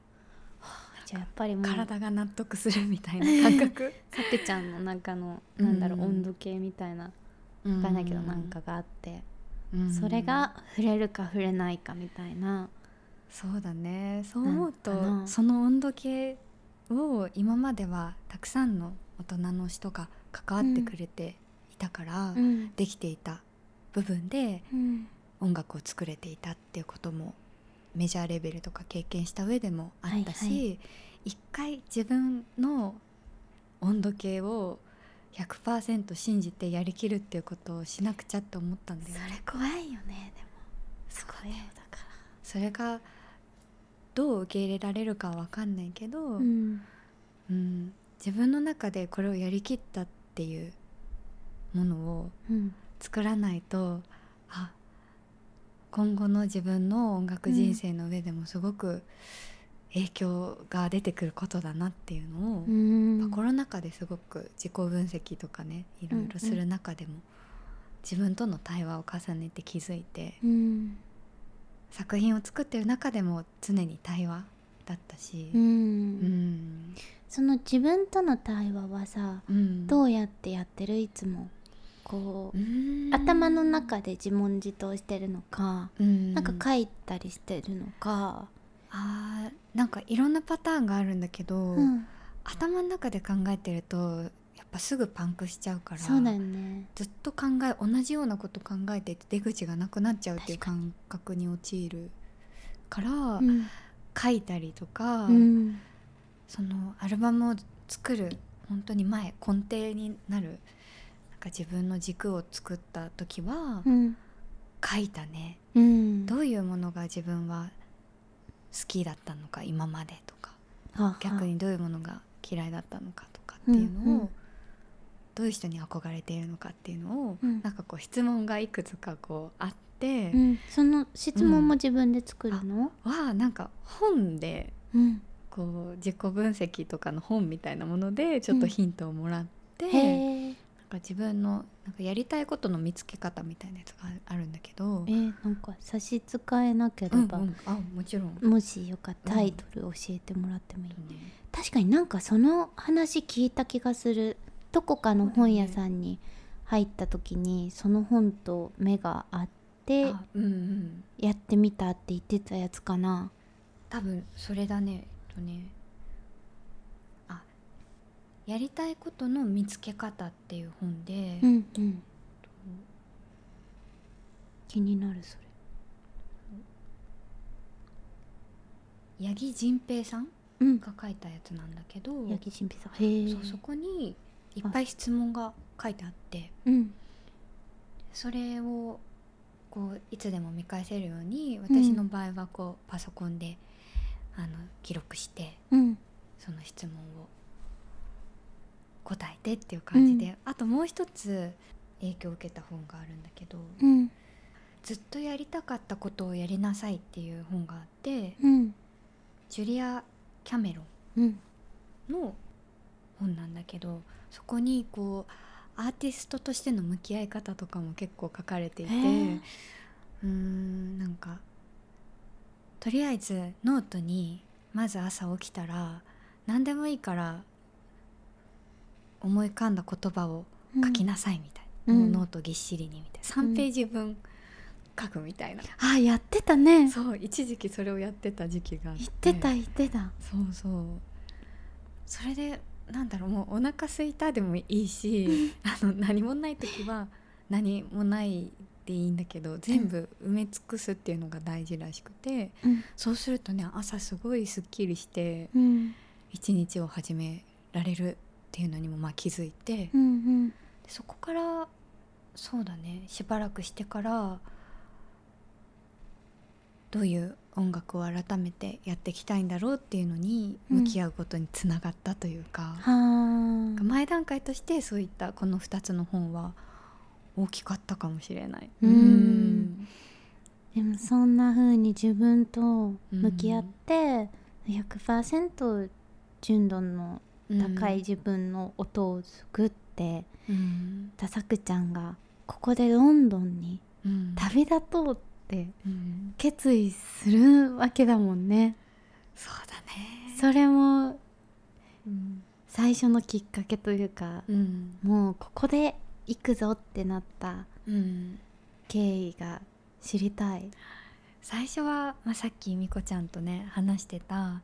[SPEAKER 1] じゃあやっぱりもう
[SPEAKER 2] 体が納得するみたいな感覚
[SPEAKER 1] さくちゃんの中のなんだろう、
[SPEAKER 2] うん
[SPEAKER 1] 温度計みたいな *laughs*
[SPEAKER 2] わ
[SPEAKER 1] わかんないけどなん、かがあって、
[SPEAKER 2] うん
[SPEAKER 1] それが触れるか触れないかみたいな、
[SPEAKER 2] そうだねそう思う
[SPEAKER 1] なんか
[SPEAKER 2] と
[SPEAKER 1] な
[SPEAKER 2] その温度計を今まではたくさんの大人の人が関わってくれていたから、
[SPEAKER 1] ん
[SPEAKER 2] できていた部分で
[SPEAKER 1] うん
[SPEAKER 2] 音楽を作れていたっていうこともメジャーレベルとか経験した上でもあったし、
[SPEAKER 1] はい
[SPEAKER 2] 一回自分の温度計を100%信じてやりきるっていうことをしなくちゃって思ったんだよ
[SPEAKER 1] そ
[SPEAKER 2] ね
[SPEAKER 1] れ怖いよねでもすごいよだか
[SPEAKER 2] それがどう受け入れられるかは分かんないけど、
[SPEAKER 1] う
[SPEAKER 2] うん
[SPEAKER 1] ん
[SPEAKER 2] 自分の中でこれをやりきったっていうものを
[SPEAKER 1] うん
[SPEAKER 2] 作らないとあ今後の自分の音楽人生の上でもすごく影響が出てくることだなっていうのを、
[SPEAKER 1] うん
[SPEAKER 2] まあコロナ禍ですごく自己分析とかねいろいろする中でも、自分との対話を重ねて気づいて、
[SPEAKER 1] うん
[SPEAKER 2] 作品を作ってる中でも常に対話だったし、
[SPEAKER 1] う
[SPEAKER 2] うんん
[SPEAKER 1] その自分との対話はさ
[SPEAKER 2] うん
[SPEAKER 1] どうやってやってるいつもこう
[SPEAKER 2] うん
[SPEAKER 1] 頭の中で自問自答してるのか
[SPEAKER 2] うん
[SPEAKER 1] なんか書いたりしてるのか
[SPEAKER 2] あーなんかいろんなパターンがあるんだけど、
[SPEAKER 1] うん
[SPEAKER 2] 頭の中で考えてるとやっぱすぐパンクしちゃうから
[SPEAKER 1] そうだよね
[SPEAKER 2] ずっと考え同じようなこと考えていて出口がなくなっちゃうっていう
[SPEAKER 1] 確
[SPEAKER 2] 感覚に陥るから、
[SPEAKER 1] うん
[SPEAKER 2] 書いたりとか、
[SPEAKER 1] うん
[SPEAKER 2] そのアルバムを作る本当に前根底になるなんか自分の軸を作った時は、
[SPEAKER 1] うん
[SPEAKER 2] 書いたね
[SPEAKER 1] うん
[SPEAKER 2] どういうものが自分は好きだったのか今までとか
[SPEAKER 1] はあはあ
[SPEAKER 2] 逆にどういうものが嫌いだったのかとかっていうのを、
[SPEAKER 1] うんうん
[SPEAKER 2] どういう人に憧れているのかっていうのを、
[SPEAKER 1] うん
[SPEAKER 2] なんかこう質問がいくつかこうあって
[SPEAKER 1] う、んその質問も自分で作るの
[SPEAKER 2] はなんか本で
[SPEAKER 1] うん
[SPEAKER 2] こう自己分析とかの本みたいなものでちょっ
[SPEAKER 1] う
[SPEAKER 2] と
[SPEAKER 1] ん
[SPEAKER 2] ヒントをもらって、なんか
[SPEAKER 1] へえ
[SPEAKER 2] 自分のなんかやりたいことの見つけ方みたいなやつがあるんだけど
[SPEAKER 1] え、ーなんか差し支えなけ
[SPEAKER 2] う
[SPEAKER 1] れ
[SPEAKER 2] んうん
[SPEAKER 1] ば、
[SPEAKER 2] あもちろん、
[SPEAKER 1] もしよかったらタイトル教えてもらってもいい、
[SPEAKER 2] そうね
[SPEAKER 1] 確かになんかその話聞いた気がするどこかの本屋さんに入った時にその本と目が合って
[SPEAKER 2] あうんうん、
[SPEAKER 1] やってみたって言ってたやつかな
[SPEAKER 2] 多分それだねえっとねあやりたいことの見つけ方っていう本で、
[SPEAKER 1] う
[SPEAKER 2] え
[SPEAKER 1] ん
[SPEAKER 2] っ
[SPEAKER 1] うん
[SPEAKER 2] と
[SPEAKER 1] 気になるそれ
[SPEAKER 2] 八木仁平さん
[SPEAKER 1] うん
[SPEAKER 2] が書いたやつなんだけど
[SPEAKER 1] 八木神秘さんへえ
[SPEAKER 2] そうそこにいっぱい質問が書いてあって
[SPEAKER 1] うん
[SPEAKER 2] それをこういつでも見返せるように私の場合はこうパソコンであの記録して
[SPEAKER 1] うん
[SPEAKER 2] その質問を答えてっていう感じで、
[SPEAKER 1] う
[SPEAKER 2] あともう一つ影響を受けた本があるんだけど「
[SPEAKER 1] うん
[SPEAKER 2] ずっとやりたかったことをやりなさい」っていう本があって
[SPEAKER 1] うん
[SPEAKER 2] ジュリア・キャメロ
[SPEAKER 1] うん
[SPEAKER 2] ンの本なんだけどそこにこうアーティストとしての向き合い方とかも結構書かれていて
[SPEAKER 1] へえ
[SPEAKER 2] うーんなんかとりあえずノートにまず朝起きたら何でもいいから思い浮かんだ言葉を書きなさいみたいな、
[SPEAKER 1] うん
[SPEAKER 2] もうノートぎっしりにみたいな
[SPEAKER 1] うん
[SPEAKER 2] 3ページ分書くみたいな、
[SPEAKER 1] あやってたね
[SPEAKER 2] そう一時期それをやってた時期があっ
[SPEAKER 1] 言
[SPEAKER 2] て
[SPEAKER 1] ってた言ってた
[SPEAKER 2] そうそうそれでなんだろうもうお腹空いたでもい
[SPEAKER 1] *laughs*
[SPEAKER 2] いしあの何もない時は何もないでいいんだけど全部埋め尽くすっていうのが大事らしくて
[SPEAKER 1] うん
[SPEAKER 2] そうするとね朝すごいすっきりして
[SPEAKER 1] うん
[SPEAKER 2] 一日を始められるっていうのにもまあ気づいて
[SPEAKER 1] うんうん
[SPEAKER 2] でそこからそうだねしばらくしてからどういう音楽を改めてやっていきたいんだろうっていうのに
[SPEAKER 1] うん
[SPEAKER 2] 向き合うことにつながったというか、
[SPEAKER 1] はあ
[SPEAKER 2] 前段階としてそういったこの2つの本は大きかったかもしれない。
[SPEAKER 1] うんでもそんな風に自分と向き合って100%純度の
[SPEAKER 2] うん
[SPEAKER 1] 高い、自分の音を作って
[SPEAKER 2] うん
[SPEAKER 1] たさくちゃんがここでロンドンに
[SPEAKER 2] うん
[SPEAKER 1] 旅立とうって
[SPEAKER 2] うん
[SPEAKER 1] 決意するわけだもんね
[SPEAKER 2] そうだね。
[SPEAKER 1] それも
[SPEAKER 2] うん
[SPEAKER 1] 最初のきっかけというか
[SPEAKER 2] うん
[SPEAKER 1] もうここで行くぞってなった
[SPEAKER 2] うん
[SPEAKER 1] 経緯が知りたい
[SPEAKER 2] 最初は、まあ、さっきみこちゃんとね話してた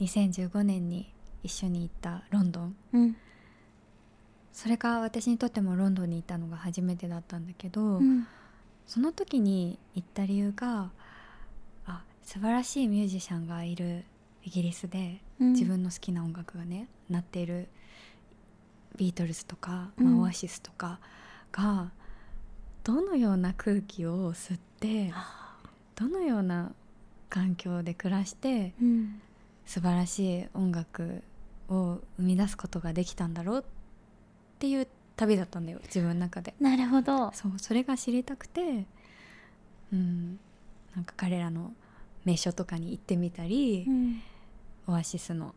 [SPEAKER 2] 2015年に一緒に行ったロンドン
[SPEAKER 1] うん
[SPEAKER 2] それが私にとってもロンドンに行ったのが初めてだったんだけど、
[SPEAKER 1] うん
[SPEAKER 2] その時に行った理由があ素晴らしいミュージシャンがいるイギリスで
[SPEAKER 1] うん
[SPEAKER 2] 自分の好きな音楽がね、鳴っているビートルズとか、
[SPEAKER 1] うん
[SPEAKER 2] まあ、オアシスとかがどのような空気を吸って
[SPEAKER 1] あ
[SPEAKER 2] どのような環境で暮らして
[SPEAKER 1] うん
[SPEAKER 2] 素晴らしい音楽を生み出すことができたんだろうっていう旅だったんだよ自分の中で
[SPEAKER 1] なるほど
[SPEAKER 2] そうそれが知りたくてうんなんか彼らの名所とかに行ってみたり、
[SPEAKER 1] うん
[SPEAKER 2] オアシスの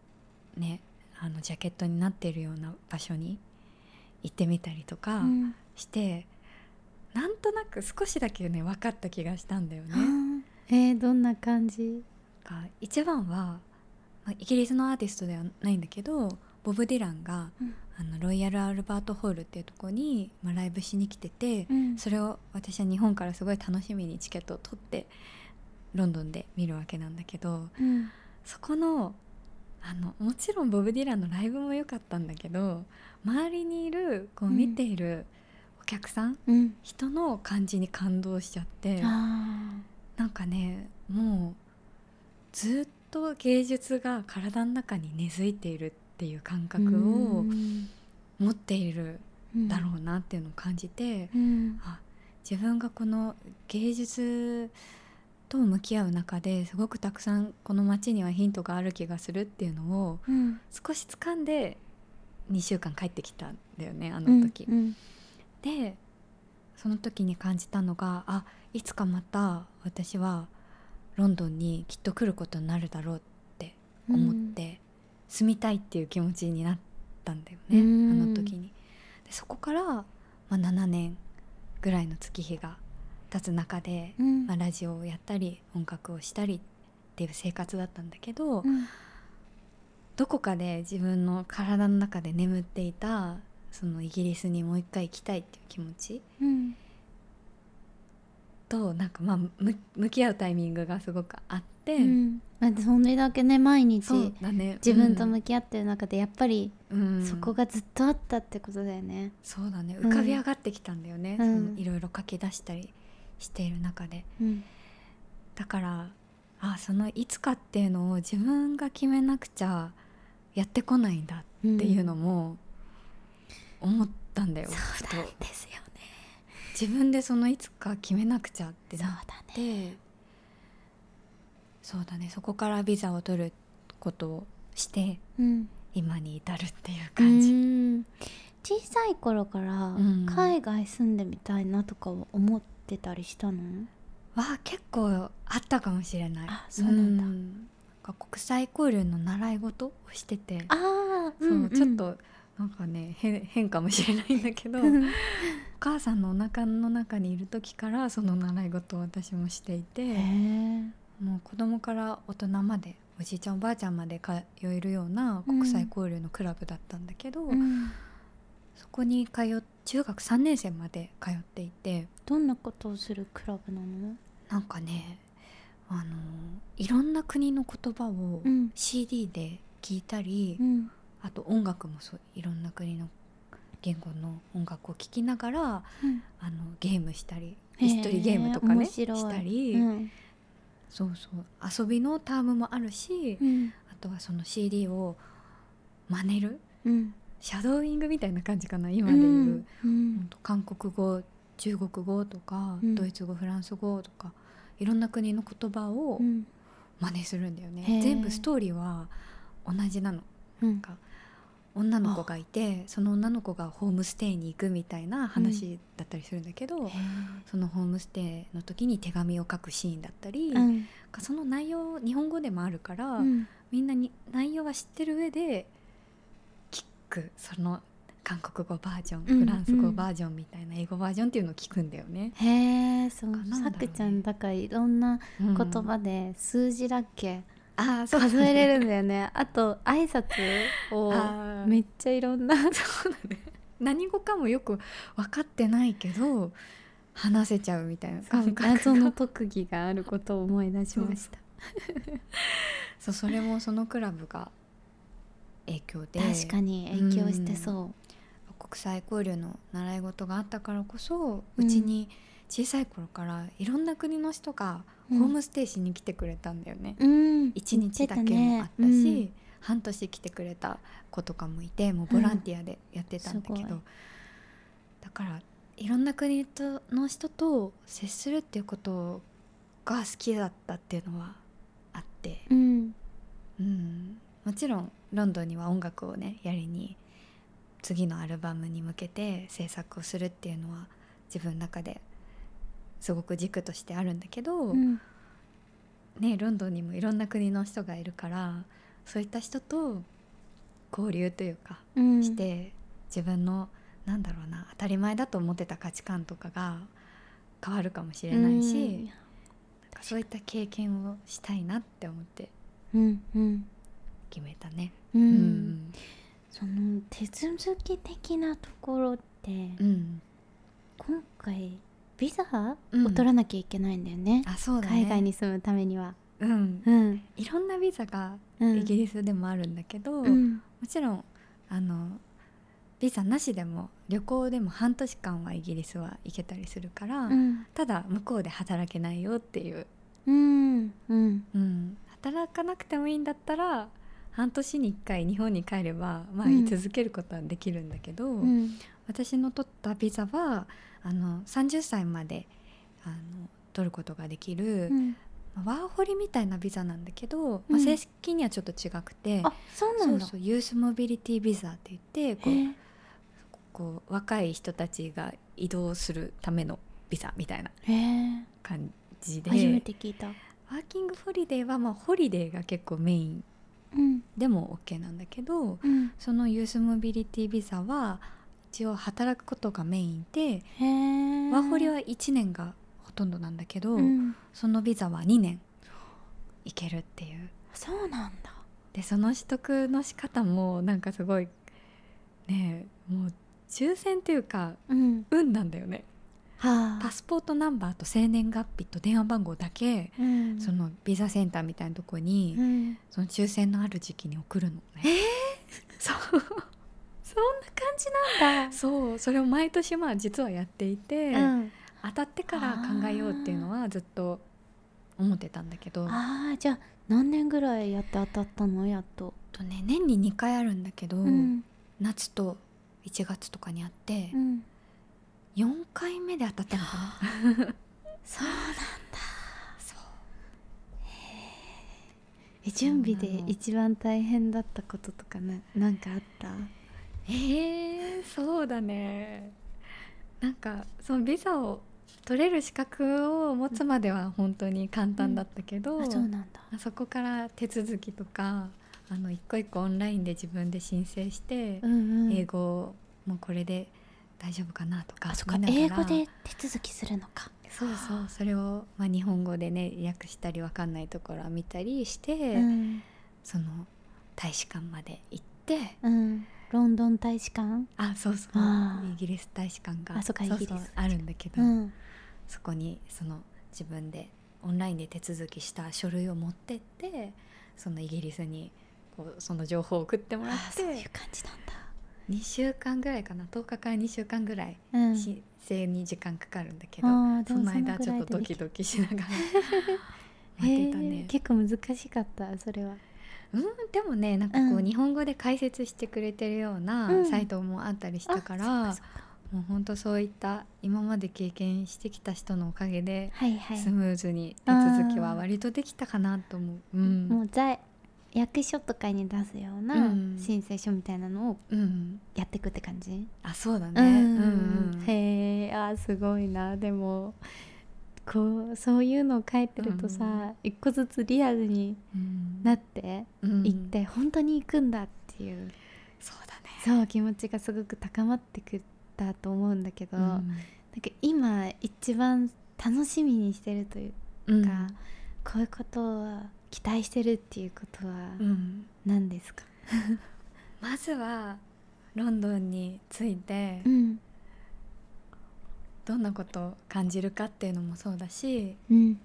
[SPEAKER 2] ねあのジャケットになっているような場所に行ってみたりとか
[SPEAKER 1] うん
[SPEAKER 2] して、なんとなく少しだけね分かった気がしたんだよね。
[SPEAKER 1] えーどんな感じ
[SPEAKER 2] が一番は、まあ、イギリスのアーティストではないんだけどボブ・ディランが、
[SPEAKER 1] うん
[SPEAKER 2] あのロイヤル・アルバート・ホールっていうとこに、まあ、ライブしに来てて、
[SPEAKER 1] うん
[SPEAKER 2] それを私は日本からすごい楽しみにチケットを取ってロンドンで見るわけなんだけど
[SPEAKER 1] うん
[SPEAKER 2] そこのあのもちろんボブ・ディランのライブも良かったんだけど周りにいるこう
[SPEAKER 1] うん
[SPEAKER 2] 見ているお客さん、
[SPEAKER 1] うん
[SPEAKER 2] 人の感じに感動しちゃって。
[SPEAKER 1] あ
[SPEAKER 2] なんかねもうずっと芸術が体の中に根付いているっていう感
[SPEAKER 1] ー
[SPEAKER 2] 覚
[SPEAKER 1] う
[SPEAKER 2] を
[SPEAKER 1] ん
[SPEAKER 2] 持っている
[SPEAKER 1] うん
[SPEAKER 2] だろうなっていうのを感じて、
[SPEAKER 1] うん
[SPEAKER 2] あ自分がこの芸術と向き合う中ですごくたくさんこの街にはヒントがある気がするっていうのを
[SPEAKER 1] うん
[SPEAKER 2] 少し掴んで2週間帰ってきたんだよねあの時。
[SPEAKER 1] うん
[SPEAKER 2] でその時に感じたのがあいつかまた私はロンドンにきっと来ることになるだろうって
[SPEAKER 1] うん
[SPEAKER 2] 思って、住みたいっていう気持ちになったんだよね、
[SPEAKER 1] うん
[SPEAKER 2] あの時に。でそこから、まあ、7年ぐらいの月日が経つ中で、
[SPEAKER 1] うん
[SPEAKER 2] まあ、ラジオをやったり音楽をしたりっていう生活だったんだけど、
[SPEAKER 1] うん
[SPEAKER 2] どこかで自分の体の中で眠っていたそのイギリスにもう一回行きたいっていう気持ち、
[SPEAKER 1] うん
[SPEAKER 2] となんかまあむ向き合うタイミングがすごくあって、
[SPEAKER 1] うんまあそれだけね毎
[SPEAKER 2] そう
[SPEAKER 1] 日
[SPEAKER 2] だね
[SPEAKER 1] 自分と向き合ってる中でやっぱり
[SPEAKER 2] うんうん
[SPEAKER 1] そこがずっとあったってことだよね。
[SPEAKER 2] そうだね
[SPEAKER 1] うん
[SPEAKER 2] 浮かび上がってきたんだよね、
[SPEAKER 1] うん
[SPEAKER 2] そのいろいろ書き出したりしている中で
[SPEAKER 1] うん
[SPEAKER 2] だからあそのいつかっていうのを自分が決めなくちゃやってこないんだっていうのも思ったんだよ、ふと
[SPEAKER 1] ですよね。
[SPEAKER 2] 自分でそのいつか決めなくちゃって
[SPEAKER 1] そ
[SPEAKER 2] な
[SPEAKER 1] う
[SPEAKER 2] っ
[SPEAKER 1] だね。
[SPEAKER 2] でそうだねそこからビザを取ることをして
[SPEAKER 1] うん、
[SPEAKER 2] 今に至るっていう感じ、
[SPEAKER 1] うん小さい頃から
[SPEAKER 2] うん
[SPEAKER 1] 海外住んでみたいなとかは思ってたりしたの？
[SPEAKER 2] は結構あったかもしれない
[SPEAKER 1] あそうなんだ
[SPEAKER 2] んなんか国際交流の習い事をしてて
[SPEAKER 1] ああ、
[SPEAKER 2] そう、
[SPEAKER 1] んん
[SPEAKER 2] ちょっ。となんかね変変かもしれないんだけどお母さんのお腹の中にいる時からその習い事を私もしていて
[SPEAKER 1] へえ。
[SPEAKER 2] もう子供から大人までおじいちゃんおばあちゃんまで通えるような国際交流のクラブだったんだけど、
[SPEAKER 1] うん
[SPEAKER 2] そこに通っ中学3年生まで通っていて
[SPEAKER 1] どんなことをするクラブなの？
[SPEAKER 2] なんかねあのいろんな国の言葉を
[SPEAKER 1] ん
[SPEAKER 2] CD で聞いたり、
[SPEAKER 1] うん
[SPEAKER 2] あと音楽もそういろんな国の言語の音楽を聴きながら
[SPEAKER 1] うん。
[SPEAKER 2] あのゲームしたり椅子取りゲームとか
[SPEAKER 1] へえ面
[SPEAKER 2] ね
[SPEAKER 1] 白い
[SPEAKER 2] したり、
[SPEAKER 1] うん
[SPEAKER 2] そうそう遊びのタームもあるし、
[SPEAKER 1] うん
[SPEAKER 2] あとはその CD を真似る
[SPEAKER 1] うん。
[SPEAKER 2] シャドーイングみたいな感じかな今
[SPEAKER 1] う
[SPEAKER 2] で言う。
[SPEAKER 1] んうん
[SPEAKER 2] ほんと韓国語中国語とか、
[SPEAKER 1] うん
[SPEAKER 2] ドイツ語フランス語とかいろんな国の言葉を
[SPEAKER 1] うん
[SPEAKER 2] 真似するんだよね、
[SPEAKER 1] へー
[SPEAKER 2] 全部ストーリーは同じなの
[SPEAKER 1] うん
[SPEAKER 2] 女の子がいてその女の子がホームステイに行くみたいな話だったりするんだけ
[SPEAKER 1] へ
[SPEAKER 2] ど、
[SPEAKER 1] え
[SPEAKER 2] そのホームステイの時に手紙を書くシーンだったり、
[SPEAKER 1] うん
[SPEAKER 2] その内容日本語でもあるから、
[SPEAKER 1] うん
[SPEAKER 2] みんなに内容は知ってる上で聞くその韓国語バージョン、
[SPEAKER 1] うん
[SPEAKER 2] フランス
[SPEAKER 1] う
[SPEAKER 2] 語
[SPEAKER 1] ん
[SPEAKER 2] バージョンみたいな英語バージョンっていうのを聞くんだよね。
[SPEAKER 1] へえ、そう
[SPEAKER 2] なんだろうね
[SPEAKER 1] さくちゃんだからいろんな
[SPEAKER 2] 言
[SPEAKER 1] 言葉で数字だっけ、
[SPEAKER 2] ああそう
[SPEAKER 1] 数えれるんだよね。あと挨拶を
[SPEAKER 2] あー
[SPEAKER 1] めっちゃいろんな
[SPEAKER 2] そうだね何語かもよく分かってないけど話せちゃうみたいな感覚が
[SPEAKER 1] 謎の特技があることを思い出しました。
[SPEAKER 2] *laughs* そうそれもそのクラブが影響で
[SPEAKER 1] 確かに影響してそ
[SPEAKER 2] 国際交流の習い事があったからこそうちに小さい頃からいろんな国の人が
[SPEAKER 1] う。
[SPEAKER 2] ホームステイしに来てくれたんだよね。
[SPEAKER 1] うん、
[SPEAKER 2] 1日だけもあったし半年来てくれた子とかもいてもうボランティアでやってたんだけ
[SPEAKER 1] うんす
[SPEAKER 2] ど、
[SPEAKER 1] ごい
[SPEAKER 2] だからいろんな国との人と接するっていうことが好きだったっていうのはって、
[SPEAKER 1] うん
[SPEAKER 2] うん、もちろんロンドンには音楽をねやりに次のアルバムに向けて制作をするっていうのは自分の中ですごく軸としてあるんだけど、
[SPEAKER 1] うん
[SPEAKER 2] ね、ロンドンにもいろんな国の人がいるからそういった人と交流というか
[SPEAKER 1] うん
[SPEAKER 2] して、自分のなんだろうな当たり前だと思ってた価値観とかが変わるかもしれないし、
[SPEAKER 1] うん
[SPEAKER 2] なんかそういった経験をしたいなって思って
[SPEAKER 1] うんうん
[SPEAKER 2] 決めたね。
[SPEAKER 1] う
[SPEAKER 2] うんん
[SPEAKER 1] その手続き的なところって、
[SPEAKER 2] うん
[SPEAKER 1] 今回ビザ
[SPEAKER 2] うん
[SPEAKER 1] を取らなきゃいけないんだよね、
[SPEAKER 2] あそうだね、
[SPEAKER 1] 海外に住むためには
[SPEAKER 2] うん、
[SPEAKER 1] うん
[SPEAKER 2] いろんなビザが
[SPEAKER 1] うん
[SPEAKER 2] イギリスでもあるんだけど、
[SPEAKER 1] うん
[SPEAKER 2] もちろんあのビザなしでも旅行でも半年間はイギリスは行けたりするから、
[SPEAKER 1] うん
[SPEAKER 2] ただ向こうで働けないよっていう、
[SPEAKER 1] うんうん
[SPEAKER 2] うん、働かなくてもいいんだったら半年に1回日本に帰れば、まあ、
[SPEAKER 1] うん
[SPEAKER 2] 居続けることはできるんだけど、
[SPEAKER 1] うん
[SPEAKER 2] 私の取ったビザはあの30歳まであの取ることができ
[SPEAKER 1] う
[SPEAKER 2] る、
[SPEAKER 1] ん
[SPEAKER 2] まあワーホリみたいなビザなんだけど、ま
[SPEAKER 1] う
[SPEAKER 2] あ、
[SPEAKER 1] ん
[SPEAKER 2] 正式にはちょっと違くて、
[SPEAKER 1] あそうなんだ
[SPEAKER 2] そうそうユースモビリティビザって言ってこ
[SPEAKER 1] へえ
[SPEAKER 2] うこう若い人たちが移動するためのビザみたいな
[SPEAKER 1] へえ
[SPEAKER 2] 感じで
[SPEAKER 1] 初めて聞いた
[SPEAKER 2] ワーキングホリデーはまあホリデーが結構メイン
[SPEAKER 1] うん
[SPEAKER 2] でも OK なんだけど
[SPEAKER 1] うん
[SPEAKER 2] そのユースモビリティビザは一応働くことがメインで
[SPEAKER 1] へえ
[SPEAKER 2] ワーホリは1年がほとんどなんだけど、
[SPEAKER 1] うん
[SPEAKER 2] そのビザは2年行けるっていう
[SPEAKER 1] そうなんだ
[SPEAKER 2] でその取得の仕方もなんかすごいねえもう抽選っていうか
[SPEAKER 1] うん
[SPEAKER 2] 運なんだよね
[SPEAKER 1] はあ
[SPEAKER 2] パスポートナンバーと生年月日と電話番号だけ、
[SPEAKER 1] うん
[SPEAKER 2] そのビザセンターみたいなとこに、
[SPEAKER 1] うん
[SPEAKER 2] その抽選のある時期に送るの
[SPEAKER 1] *laughs*
[SPEAKER 2] ねそうそんな感じなんだそうそれを毎年まあ実はやっていて、
[SPEAKER 1] うん
[SPEAKER 2] 当たってから考えようっていうのはずっと思ってたんだけど
[SPEAKER 1] ああじゃあ何年ぐらいやって当たったのやっと
[SPEAKER 2] とね年に2回あるんだけど、
[SPEAKER 1] うん
[SPEAKER 2] 夏と1月とかにあって
[SPEAKER 1] う、ん
[SPEAKER 2] 4回目で当たったのかな
[SPEAKER 1] そうなんだ
[SPEAKER 2] そう
[SPEAKER 1] え準備
[SPEAKER 2] そうな
[SPEAKER 1] で
[SPEAKER 2] の
[SPEAKER 1] 一番大変だったこととかななんかあった
[SPEAKER 2] えー、そうだねなんかそのビザを取れる資格を持つまでは本当に簡単だったけど、
[SPEAKER 1] あそうなんだ
[SPEAKER 2] あそこから手続きとかあの一個一個オンラインで自分で申請して
[SPEAKER 1] う、んうん
[SPEAKER 2] 英語もこれで大丈夫かなとか
[SPEAKER 1] あそっか
[SPEAKER 2] 見なが
[SPEAKER 1] 英
[SPEAKER 2] ら
[SPEAKER 1] 語で手続きするのか
[SPEAKER 2] そうそうそれを、まあ、日本語でね訳したりわかんないところは見たりして、
[SPEAKER 1] うん
[SPEAKER 2] その大使館まで行って。
[SPEAKER 1] うんロンドン大使館
[SPEAKER 2] あそうそう
[SPEAKER 1] あー
[SPEAKER 2] イギリス大使館が
[SPEAKER 1] あそっか
[SPEAKER 2] う
[SPEAKER 1] イギリス大使館
[SPEAKER 2] あるんだけど、
[SPEAKER 1] うん
[SPEAKER 2] そこにその自分でオンラインで手続きした書類を持ってってそのイギリスにこうその情報を送ってもらっ
[SPEAKER 1] あそうい
[SPEAKER 2] て
[SPEAKER 1] う感じなんだ
[SPEAKER 2] 2週間ぐらいかな10日から2週間ぐらい
[SPEAKER 1] うん
[SPEAKER 2] 申請に時間かかるんだけど、
[SPEAKER 1] あーで
[SPEAKER 2] そ
[SPEAKER 1] も
[SPEAKER 2] の間ちょっと
[SPEAKER 1] その
[SPEAKER 2] ド
[SPEAKER 1] ぐらいで
[SPEAKER 2] キ
[SPEAKER 1] でき
[SPEAKER 2] ドキ
[SPEAKER 1] *laughs*
[SPEAKER 2] しながら
[SPEAKER 1] へ
[SPEAKER 2] 待ってた
[SPEAKER 1] え
[SPEAKER 2] ね。
[SPEAKER 1] 結構難しかったそれは
[SPEAKER 2] うん、でもねなんかこう、
[SPEAKER 1] うん
[SPEAKER 2] 日本語で解説してくれてるような
[SPEAKER 1] うん
[SPEAKER 2] サイトもあったりしたから、
[SPEAKER 1] あそうかそうか
[SPEAKER 2] もうほんとそういった今まで経験してきた人のおかげで、
[SPEAKER 1] はいはい
[SPEAKER 2] スムーズに手続きは割とできたかなと思う。うん、
[SPEAKER 1] もう在役所とかに出すような
[SPEAKER 2] うん
[SPEAKER 1] 申請書みたいなのを
[SPEAKER 2] うん、
[SPEAKER 1] やっていくって感じ、
[SPEAKER 2] あそうだね。
[SPEAKER 1] うん
[SPEAKER 2] うん
[SPEAKER 1] へえあーすごいなでもこうそういうのを書いてるとさ、
[SPEAKER 2] うん
[SPEAKER 1] 一個ずつリアルに
[SPEAKER 2] うん
[SPEAKER 1] なって
[SPEAKER 2] うん
[SPEAKER 1] いって、本当に行くんだっていう
[SPEAKER 2] そうだね。
[SPEAKER 1] そう気持ちがすごく高まってくったと思うんだけど、なんか今一番楽しみにしてるという
[SPEAKER 2] うん
[SPEAKER 1] か、こういうことを期待してるっていうことは
[SPEAKER 2] うん
[SPEAKER 1] 何ですか、
[SPEAKER 2] まずはロンドンに着いて、
[SPEAKER 1] うん
[SPEAKER 2] どんなことを感じるかっていうのもそうだし
[SPEAKER 1] うん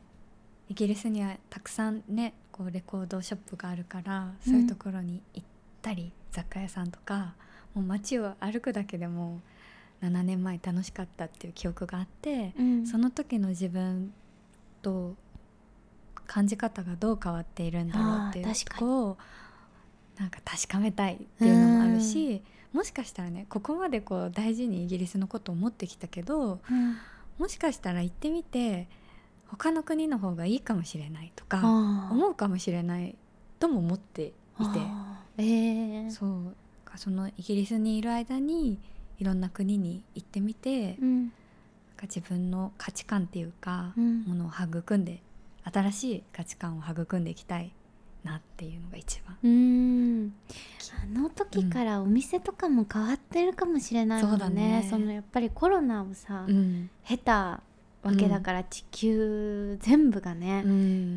[SPEAKER 2] イギリスにはたくさんねこうレコードショップがあるからそういうところに行ったり、雑貨屋さんとかもう街を歩くだけでも7年前楽しかったっていう記憶があって、
[SPEAKER 1] うん
[SPEAKER 2] その時の自分と感じ方がどう変わっているんだろうってい
[SPEAKER 1] あ
[SPEAKER 2] う
[SPEAKER 1] ー
[SPEAKER 2] と
[SPEAKER 1] 確かに
[SPEAKER 2] こをなんか確かめたいっていうのもあるしもしかしたらねここまでこう大事にイギリスのことを思ってきたけど
[SPEAKER 1] うん
[SPEAKER 2] もしかしたら行ってみて他の国の方がいいかもしれないとか
[SPEAKER 1] 思
[SPEAKER 2] 思うかもしれないとも思ってい
[SPEAKER 1] え
[SPEAKER 2] て
[SPEAKER 1] ー
[SPEAKER 2] そうかそのイギリスにいる間にいろんな国に行ってみて、
[SPEAKER 1] う
[SPEAKER 2] なん
[SPEAKER 1] ん
[SPEAKER 2] か自分の価値観っていうか、
[SPEAKER 1] うん
[SPEAKER 2] ものを育んで新しい価値観を育んでいきたいなっていうのが一番、
[SPEAKER 1] うーんあの時からお店とかも変わってるかもしれないもんね,、
[SPEAKER 2] そうだ
[SPEAKER 1] そ
[SPEAKER 2] ね
[SPEAKER 1] のやっぱりコロナをさ、
[SPEAKER 2] うん
[SPEAKER 1] 経たわけだから地球全部がね、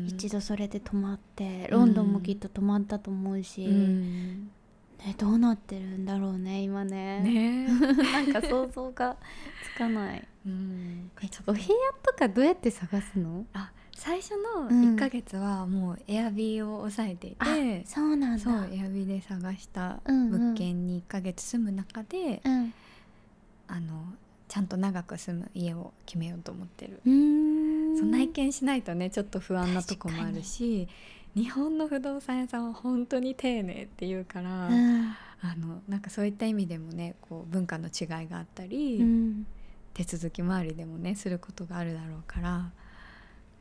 [SPEAKER 1] 一度それで止まってロンドンもきっと止まったと思うし、
[SPEAKER 2] うん
[SPEAKER 1] ね、どうなってるんだろうね今ね *laughs*
[SPEAKER 2] ね
[SPEAKER 1] なんか想像がつかない
[SPEAKER 2] うん
[SPEAKER 1] えお部屋とかどうやって探すの
[SPEAKER 2] あ最初の
[SPEAKER 1] うん
[SPEAKER 2] 1ヶ月はもうエアビーを抑えていて、
[SPEAKER 1] そうなんだ
[SPEAKER 2] そうエアビーで探した
[SPEAKER 1] うんうん
[SPEAKER 2] 物件に1ヶ月住む中で、
[SPEAKER 1] うん
[SPEAKER 2] あのちゃんと長く住む家を決めようと思ってる、
[SPEAKER 1] うーん
[SPEAKER 2] そんな一見しないとねちょっと不安なとこもあるし日本の不動産屋さんは本当に丁寧っていうから、
[SPEAKER 1] うん
[SPEAKER 2] あのなんかそういった意味でもねこう文化の違いがあったり、
[SPEAKER 1] うん
[SPEAKER 2] 手続き回りでもねすることがあるだろうから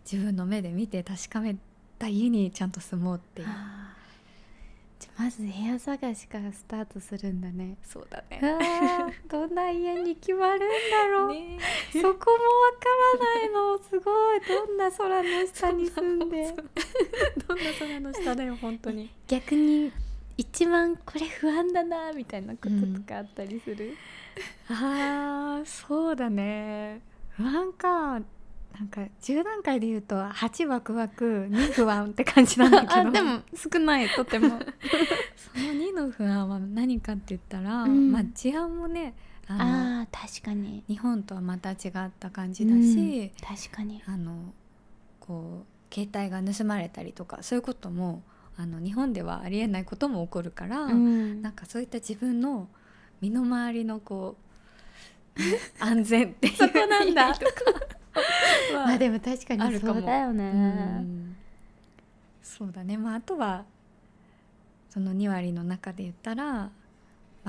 [SPEAKER 2] 自分の目で見て確かめた家にちゃんと住もうっていう
[SPEAKER 1] あーじゃあまず部屋探しからスタートするんだ *laughs* ね
[SPEAKER 2] そうだ
[SPEAKER 1] うわーどんな家に決まるんだろう、
[SPEAKER 2] ね
[SPEAKER 1] そこもわからないのすごいどんな空の下に住ん *laughs* で
[SPEAKER 2] どんな空の下だよ本当 *laughs* に
[SPEAKER 1] 逆に一番これ不安だなみたいなこととかあったりする、
[SPEAKER 2] あーそうだね不安かなんか10段階で言うと8ワクワク2不安って感じなんだけど
[SPEAKER 1] *laughs* あでも少ないとても
[SPEAKER 2] その2の不安は何かって言ったら、
[SPEAKER 1] うん
[SPEAKER 2] まあ治安もねあ
[SPEAKER 1] *laughs*
[SPEAKER 2] の
[SPEAKER 1] あー確かに
[SPEAKER 2] 日本とはまた違った感じだ
[SPEAKER 1] うん
[SPEAKER 2] し、
[SPEAKER 1] 確かに
[SPEAKER 2] あのこう携帯が盗まれたりとかそういうこともあの日本ではありえないことも起こるから、
[SPEAKER 1] うん
[SPEAKER 2] なんかそういった自分の身の回りのこう安全っていうそこ
[SPEAKER 1] なん *laughs* だ
[SPEAKER 2] とかは
[SPEAKER 1] まあでも確か
[SPEAKER 2] ある
[SPEAKER 1] に
[SPEAKER 2] か
[SPEAKER 1] そ
[SPEAKER 2] も
[SPEAKER 1] うだよね
[SPEAKER 2] うんそうだねまああとはその2割の中で言ったら、ま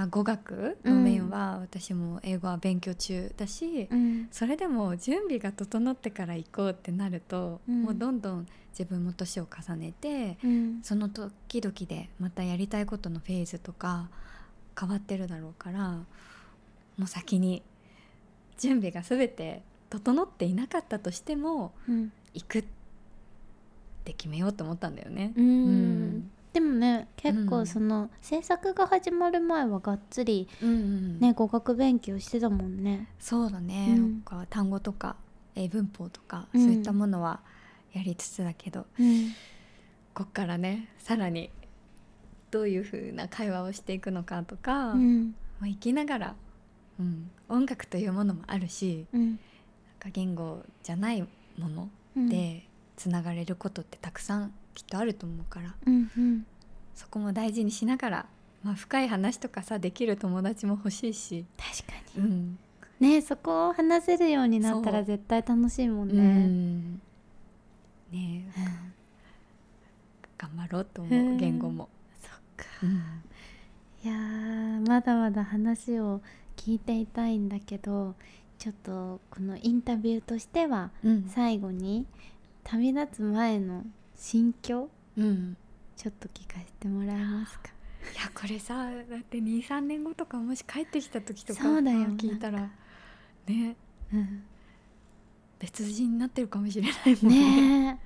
[SPEAKER 2] あ、語学の面は私も英語は勉強中だし、
[SPEAKER 1] うん
[SPEAKER 2] それでも準備が整ってから行こうってなると、
[SPEAKER 1] うん
[SPEAKER 2] もうどんどん自分も年を重ねて
[SPEAKER 1] うん
[SPEAKER 2] その時々でまたやりたいことのフェーズとか変わってるだろうからもう先に準備が全て整っていなかったとしても
[SPEAKER 1] うん
[SPEAKER 2] 行くって決めようと思ったんだよね。
[SPEAKER 1] う
[SPEAKER 2] うん
[SPEAKER 1] でもね結
[SPEAKER 2] う
[SPEAKER 1] 構
[SPEAKER 2] ん
[SPEAKER 1] その制作が始まる前はがっつり
[SPEAKER 2] うんうん
[SPEAKER 1] ね語学勉強してたもんね。
[SPEAKER 2] そうだね、
[SPEAKER 1] うん
[SPEAKER 2] なんか単語とか英文法とか、
[SPEAKER 1] うん
[SPEAKER 2] そういったものはやりつつだけど
[SPEAKER 1] うん
[SPEAKER 2] こっからねさらにどういう風な会話をしていくのかとか、
[SPEAKER 1] う
[SPEAKER 2] ま
[SPEAKER 1] ん
[SPEAKER 2] あ、生きながら、うん、音楽というものもあるし
[SPEAKER 1] うん
[SPEAKER 2] なんか言語じゃないもの
[SPEAKER 1] うん
[SPEAKER 2] でつながれることってたくさんきっとあると思うから
[SPEAKER 1] うんうん
[SPEAKER 2] そこも大事にしながら、まあ、深い話とかさできる友達も欲しいし、
[SPEAKER 1] 確か
[SPEAKER 2] う
[SPEAKER 1] に
[SPEAKER 2] ん
[SPEAKER 1] ねそこを話せるようになった
[SPEAKER 2] そ
[SPEAKER 1] ら
[SPEAKER 2] う
[SPEAKER 1] 絶対楽しいもん
[SPEAKER 2] う
[SPEAKER 1] ね。
[SPEAKER 2] んねえ
[SPEAKER 1] うん
[SPEAKER 2] 頑張ろうと思う言語も。
[SPEAKER 1] そっか
[SPEAKER 2] うん
[SPEAKER 1] いやーまだまだ話を聞いていたいんだけどちょっとこのインタビューとしては
[SPEAKER 2] うん
[SPEAKER 1] 最後に旅立つ前の心境
[SPEAKER 2] うん
[SPEAKER 1] ちょっと聞かせてもらえますか。
[SPEAKER 2] いやこれさだって23年後とかもし帰ってきた時とか
[SPEAKER 1] そうだよ
[SPEAKER 2] 聞いたらね
[SPEAKER 1] うん
[SPEAKER 2] 別人になってるかもしれないもんね
[SPEAKER 1] ね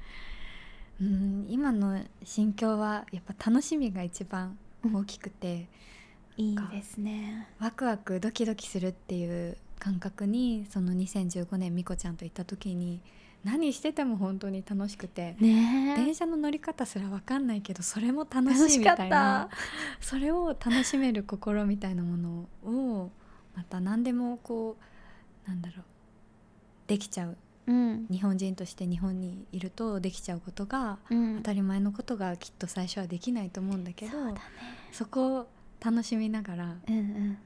[SPEAKER 2] うん今の心境はやっぱ楽しみが一番大きくて、
[SPEAKER 1] えいい
[SPEAKER 2] なんか
[SPEAKER 1] ですね
[SPEAKER 2] ワクワクドキドキするっていう感覚にその2015年みこちゃんと行った時に何してても本当に楽しくて。
[SPEAKER 1] ね
[SPEAKER 2] 電車の乗り方すら分かんないけどそれも楽
[SPEAKER 1] 楽
[SPEAKER 2] しい
[SPEAKER 1] し
[SPEAKER 2] み
[SPEAKER 1] かった
[SPEAKER 2] い
[SPEAKER 1] た
[SPEAKER 2] なそれを楽しめる心みたいなものをまた何でもこうなんだろうできちゃう
[SPEAKER 1] うん
[SPEAKER 2] 日本人として日本にいるとできちゃうことが
[SPEAKER 1] うん
[SPEAKER 2] 当たり前のことがきっと最初はできないと思うんだけど
[SPEAKER 1] そうだね
[SPEAKER 2] そこを楽しみながら、
[SPEAKER 1] うんうん
[SPEAKER 2] うん、なん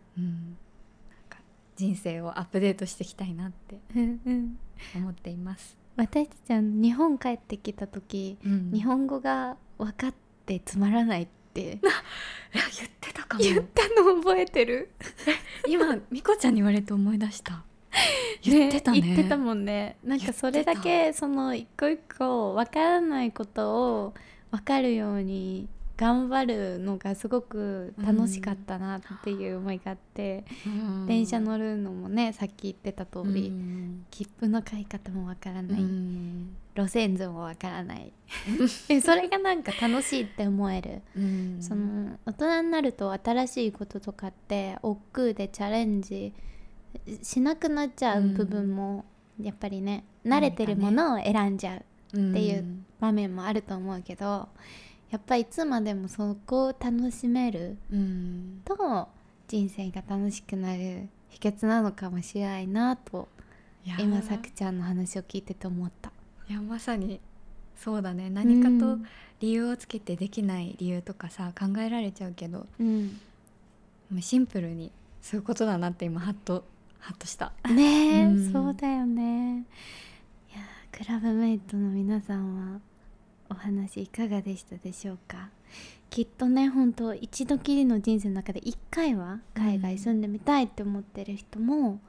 [SPEAKER 2] か人生をアップデートしていきたいなって
[SPEAKER 1] うんうん
[SPEAKER 2] 思っています。
[SPEAKER 1] 私たちは日本帰ってきた時
[SPEAKER 2] うん
[SPEAKER 1] 日本語が分かってつまらないって
[SPEAKER 2] いや言ってたかも
[SPEAKER 1] 言ったの覚えてる
[SPEAKER 2] 今みこちゃんに言われて思い出した言ってたね
[SPEAKER 1] 言ってたもんねなんかそれだけその一個一個分からないことを分かるように頑張るのがすごく楽しかったなっていう思いがあって、
[SPEAKER 2] うん
[SPEAKER 1] 電車乗るのもねさっき言ってた通り、
[SPEAKER 2] うん
[SPEAKER 1] 切符の買い方も分からない、
[SPEAKER 2] うん
[SPEAKER 1] 路線図も分から
[SPEAKER 2] *laughs*
[SPEAKER 1] ないでそれがなんか楽しいって思える
[SPEAKER 2] うん
[SPEAKER 1] その大人になると新しいこととかって億劫でチャレンジしなくなっちゃう部分もやっぱりね、慣れてるものを選んじゃう
[SPEAKER 2] って
[SPEAKER 1] いう場面もあると思うけどやっぱいつまでもそこを楽しめる
[SPEAKER 2] うん
[SPEAKER 1] と人生が楽しくなる秘訣なのかもしれないなと
[SPEAKER 2] いや
[SPEAKER 1] 今さくちゃんの話を聞いてて思った。
[SPEAKER 2] いやまさにそうだね何か
[SPEAKER 1] う
[SPEAKER 2] と
[SPEAKER 1] ん
[SPEAKER 2] 理由をつけてできない理由とかさ考えられちゃうけど
[SPEAKER 1] うん
[SPEAKER 2] もうシンプルにそういうことだなって今ハッとハッとした
[SPEAKER 1] *laughs* ねえ、
[SPEAKER 2] うん
[SPEAKER 1] そうだよねいやークラブメイトの皆さんはお話いかがでしたでしょうかきっとね本当一度きりの人生の中で1回は海外住んでみたいって思ってる人も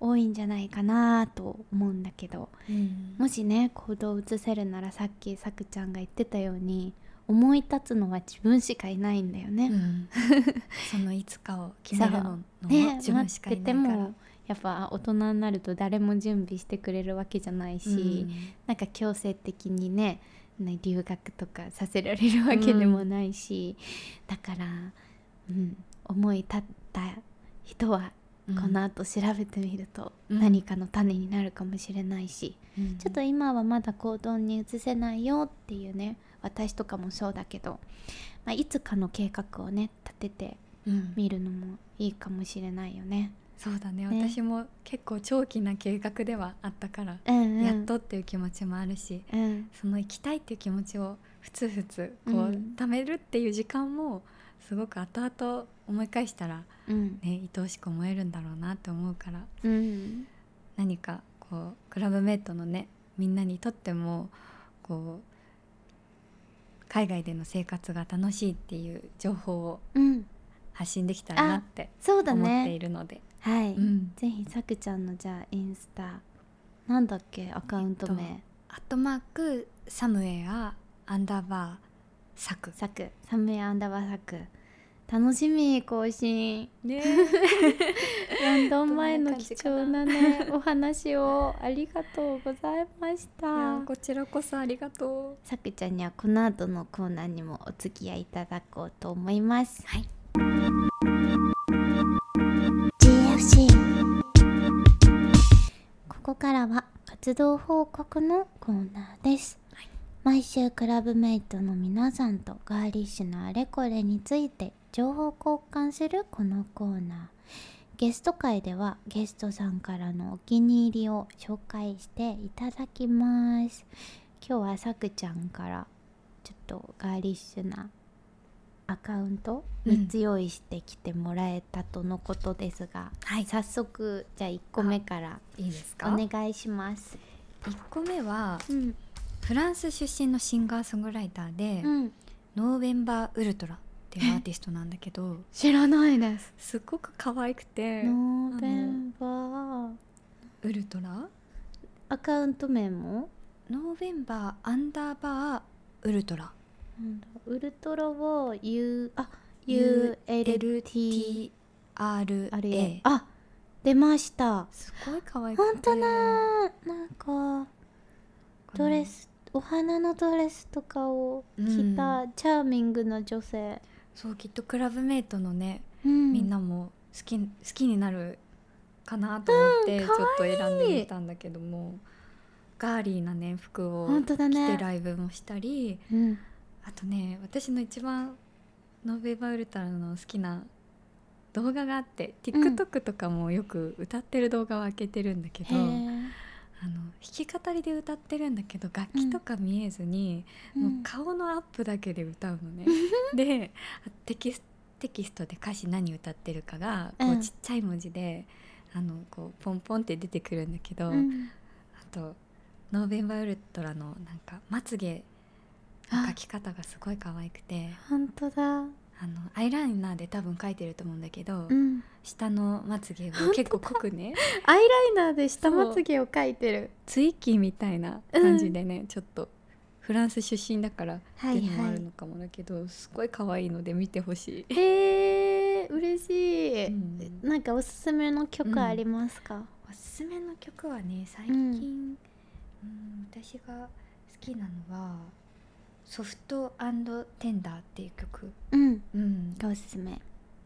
[SPEAKER 1] 多いんじゃないかなと思うんだけどもしね行動を移せるならさっきさくちゃんが言ってたように思い立つのは自分しかいないんだよね。 *laughs*
[SPEAKER 2] うんそのいつかを決めるののも
[SPEAKER 1] ね、
[SPEAKER 2] 自分しかいないから、
[SPEAKER 1] 待っててもやっぱ大人になると誰も準備してくれるわけじゃないし、なんか強制的にねね留学とかさせられるわけでもないし、だから、うん、思い立った人は
[SPEAKER 2] うん
[SPEAKER 1] この後調べてみると
[SPEAKER 2] うん
[SPEAKER 1] 何かの種になるかもしれないし、
[SPEAKER 2] うん
[SPEAKER 1] ちょっと今はまだ行動に移せないよっていうね私とかもそうだけど、まあ、いつかの計画をね立てて
[SPEAKER 2] うん
[SPEAKER 1] みるのもいいかもしれないよね。
[SPEAKER 2] そうだね
[SPEAKER 1] ね
[SPEAKER 2] 私も結構長期な計画ではあったから、
[SPEAKER 1] うんうん、
[SPEAKER 2] やっとっていう気持ちもあるし
[SPEAKER 1] うん
[SPEAKER 2] その行きたいっていう気持ちをふつふつこう、
[SPEAKER 1] うん
[SPEAKER 2] 貯めるっていう時間もすごく後々思い返したら
[SPEAKER 1] うん
[SPEAKER 2] ね愛おしく思えるんだろうなって思うから
[SPEAKER 1] うん
[SPEAKER 2] 何かこうクラブメイトのねみんなにとってもこう海外での生活が楽しいっていう情報を
[SPEAKER 1] うん、
[SPEAKER 2] 発信できたらなって
[SPEAKER 1] そうだ
[SPEAKER 2] 思ってい
[SPEAKER 1] ね。
[SPEAKER 2] るので、
[SPEAKER 1] はい、
[SPEAKER 2] うん
[SPEAKER 1] ぜひさくちゃんのじゃあインスタなんだっけアカウント名
[SPEAKER 2] アットマークサムエアアンダーバーサク
[SPEAKER 1] さくサムエアンダーバーさく楽しみ更新
[SPEAKER 2] *laughs* ね
[SPEAKER 1] ロンドン前
[SPEAKER 2] どん
[SPEAKER 1] の
[SPEAKER 2] な感
[SPEAKER 1] 貴
[SPEAKER 2] じかな
[SPEAKER 1] 重なね *laughs* お話をありがとうございました
[SPEAKER 2] こちらこそありがと
[SPEAKER 1] さくちゃんにはこの後のコーナーにもお付き合いいただこうと思いますはい GFC ここからは活動報告のコーナーです、毎週クラブメイトの皆さんとガーリッシュのあれこれについて情報交換するこのコーナーゲスト会ではゲストさんからのお気に入りを紹介していただきます今日はさくちゃんからちょっとガーリッシュなアカウント
[SPEAKER 2] うん
[SPEAKER 1] 3つ用意してきてもらえたとのことですが、早速じゃあ1個目から
[SPEAKER 2] ういいですか
[SPEAKER 1] お願いします
[SPEAKER 2] 1個目は
[SPEAKER 1] うん
[SPEAKER 2] フランス出身のシンガーソングライターで、
[SPEAKER 1] うん
[SPEAKER 2] ノーベンバーウルトラっていうアーティストなんだけ *laughs* ど
[SPEAKER 1] 知らないです
[SPEAKER 2] すごく可愛くて
[SPEAKER 1] ノーベンバー
[SPEAKER 2] ウルトラ
[SPEAKER 1] アカウント名も
[SPEAKER 2] ノーベンバーアンダーバーウルトラ
[SPEAKER 1] なんだウルトラを U あ
[SPEAKER 2] U-
[SPEAKER 1] ULT
[SPEAKER 2] TRA
[SPEAKER 1] RA あ出ました
[SPEAKER 2] すごい可愛くて
[SPEAKER 1] 本当だなんか
[SPEAKER 2] この
[SPEAKER 1] ドレスお花のドレスとかを着たチャーミングな女性、
[SPEAKER 2] そうきっとクラブメイトのね
[SPEAKER 1] うん
[SPEAKER 2] みんなも好き好きになるかなと思って
[SPEAKER 1] う
[SPEAKER 2] ち
[SPEAKER 1] ん
[SPEAKER 2] ょ
[SPEAKER 1] 可
[SPEAKER 2] っ
[SPEAKER 1] 愛い
[SPEAKER 2] と選んでみたんだけどもガーリーなね服を
[SPEAKER 1] 本当だ
[SPEAKER 2] 着て
[SPEAKER 1] ね
[SPEAKER 2] ライブもしたり
[SPEAKER 1] うん
[SPEAKER 2] あとね私の一番ノーベーバーウルトラの好きな動画があって
[SPEAKER 1] うん
[SPEAKER 2] TikTok とかもよく歌ってる動画を開けてるんだけど、
[SPEAKER 1] へ
[SPEAKER 2] あの
[SPEAKER 1] え
[SPEAKER 2] 弾き語りで歌ってるんだけど楽器とか見えずに、もうう顔のアップだけで歌うのね。でテキステキストで歌詞何歌ってるかがこ
[SPEAKER 1] う
[SPEAKER 2] うんちっちゃい文字で、あのこうポンポンって出てくるんだけど、
[SPEAKER 1] うん
[SPEAKER 2] あとノーベンバーウルトラのなんかまつげの描き方がすごい可愛くて。
[SPEAKER 1] 本当だ
[SPEAKER 2] あのアイライナーで多分描いてると思うんだけど、
[SPEAKER 1] うん、
[SPEAKER 2] 下のまつげを結構濃くね
[SPEAKER 1] アイライナーで下まつげを描いてる
[SPEAKER 2] ツイッキーみたいな感じでね、ちょっとフランス出身だからって
[SPEAKER 1] はい
[SPEAKER 2] いうのも
[SPEAKER 1] は
[SPEAKER 2] ある
[SPEAKER 1] い
[SPEAKER 2] のかもだけど、すごい可愛いので見てほしい。
[SPEAKER 1] えー、嬉しい、
[SPEAKER 2] うん
[SPEAKER 1] なんかおすすめの曲ありますか、
[SPEAKER 2] おすすめの曲はね最
[SPEAKER 1] う
[SPEAKER 2] 近、
[SPEAKER 1] ん
[SPEAKER 2] うん私が好きなのは「ソフトテンダー」っていう曲、
[SPEAKER 1] うん
[SPEAKER 2] うん、ジ
[SPEAKER 1] がおすすめ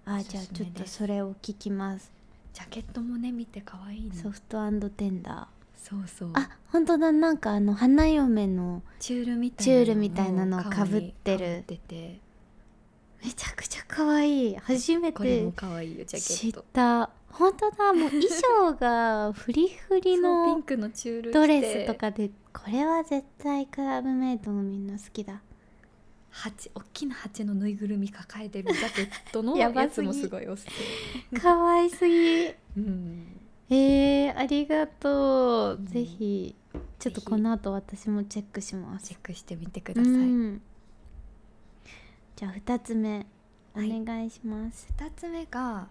[SPEAKER 1] あ
[SPEAKER 2] お
[SPEAKER 1] ー
[SPEAKER 2] すす
[SPEAKER 1] じゃあ
[SPEAKER 2] め
[SPEAKER 1] ちょっと
[SPEAKER 2] です
[SPEAKER 1] それを聞きます
[SPEAKER 2] ャケットもね見て可愛いの
[SPEAKER 1] ソフトテンダ
[SPEAKER 2] そうそう
[SPEAKER 1] ーあ本当だなんかあの花嫁の
[SPEAKER 2] チュールみたい
[SPEAKER 1] チュールみたいなのを
[SPEAKER 2] を
[SPEAKER 1] かぶってる
[SPEAKER 2] 被ってて
[SPEAKER 1] めちゃくちゃ可愛い初め
[SPEAKER 2] これ
[SPEAKER 1] て
[SPEAKER 2] も可愛いよジャケ
[SPEAKER 1] 知
[SPEAKER 2] ッ
[SPEAKER 1] っ
[SPEAKER 2] ト
[SPEAKER 1] た本当だもう衣装がフリフリ
[SPEAKER 2] そうピン
[SPEAKER 1] の
[SPEAKER 2] クのチュール着て
[SPEAKER 1] ドレスとかでこれは絶対クラブメイトのみんな好きだ
[SPEAKER 2] 蜂大きな蜂のぬいぐるみ抱えてるジャケットの
[SPEAKER 1] *laughs* や
[SPEAKER 2] や
[SPEAKER 1] ばす
[SPEAKER 2] つ
[SPEAKER 1] ぎ
[SPEAKER 2] もすごいおすす
[SPEAKER 1] 可愛すぎ
[SPEAKER 2] め、うん、
[SPEAKER 1] えー、ありがとう、
[SPEAKER 2] うん
[SPEAKER 1] ぜひちょっと
[SPEAKER 2] ぜひ
[SPEAKER 1] この後私もチェックします
[SPEAKER 2] チェックしてみてく
[SPEAKER 1] う
[SPEAKER 2] ださい、二
[SPEAKER 1] んじゃあ2つ目お
[SPEAKER 2] はい
[SPEAKER 1] 願いします、
[SPEAKER 2] つ目が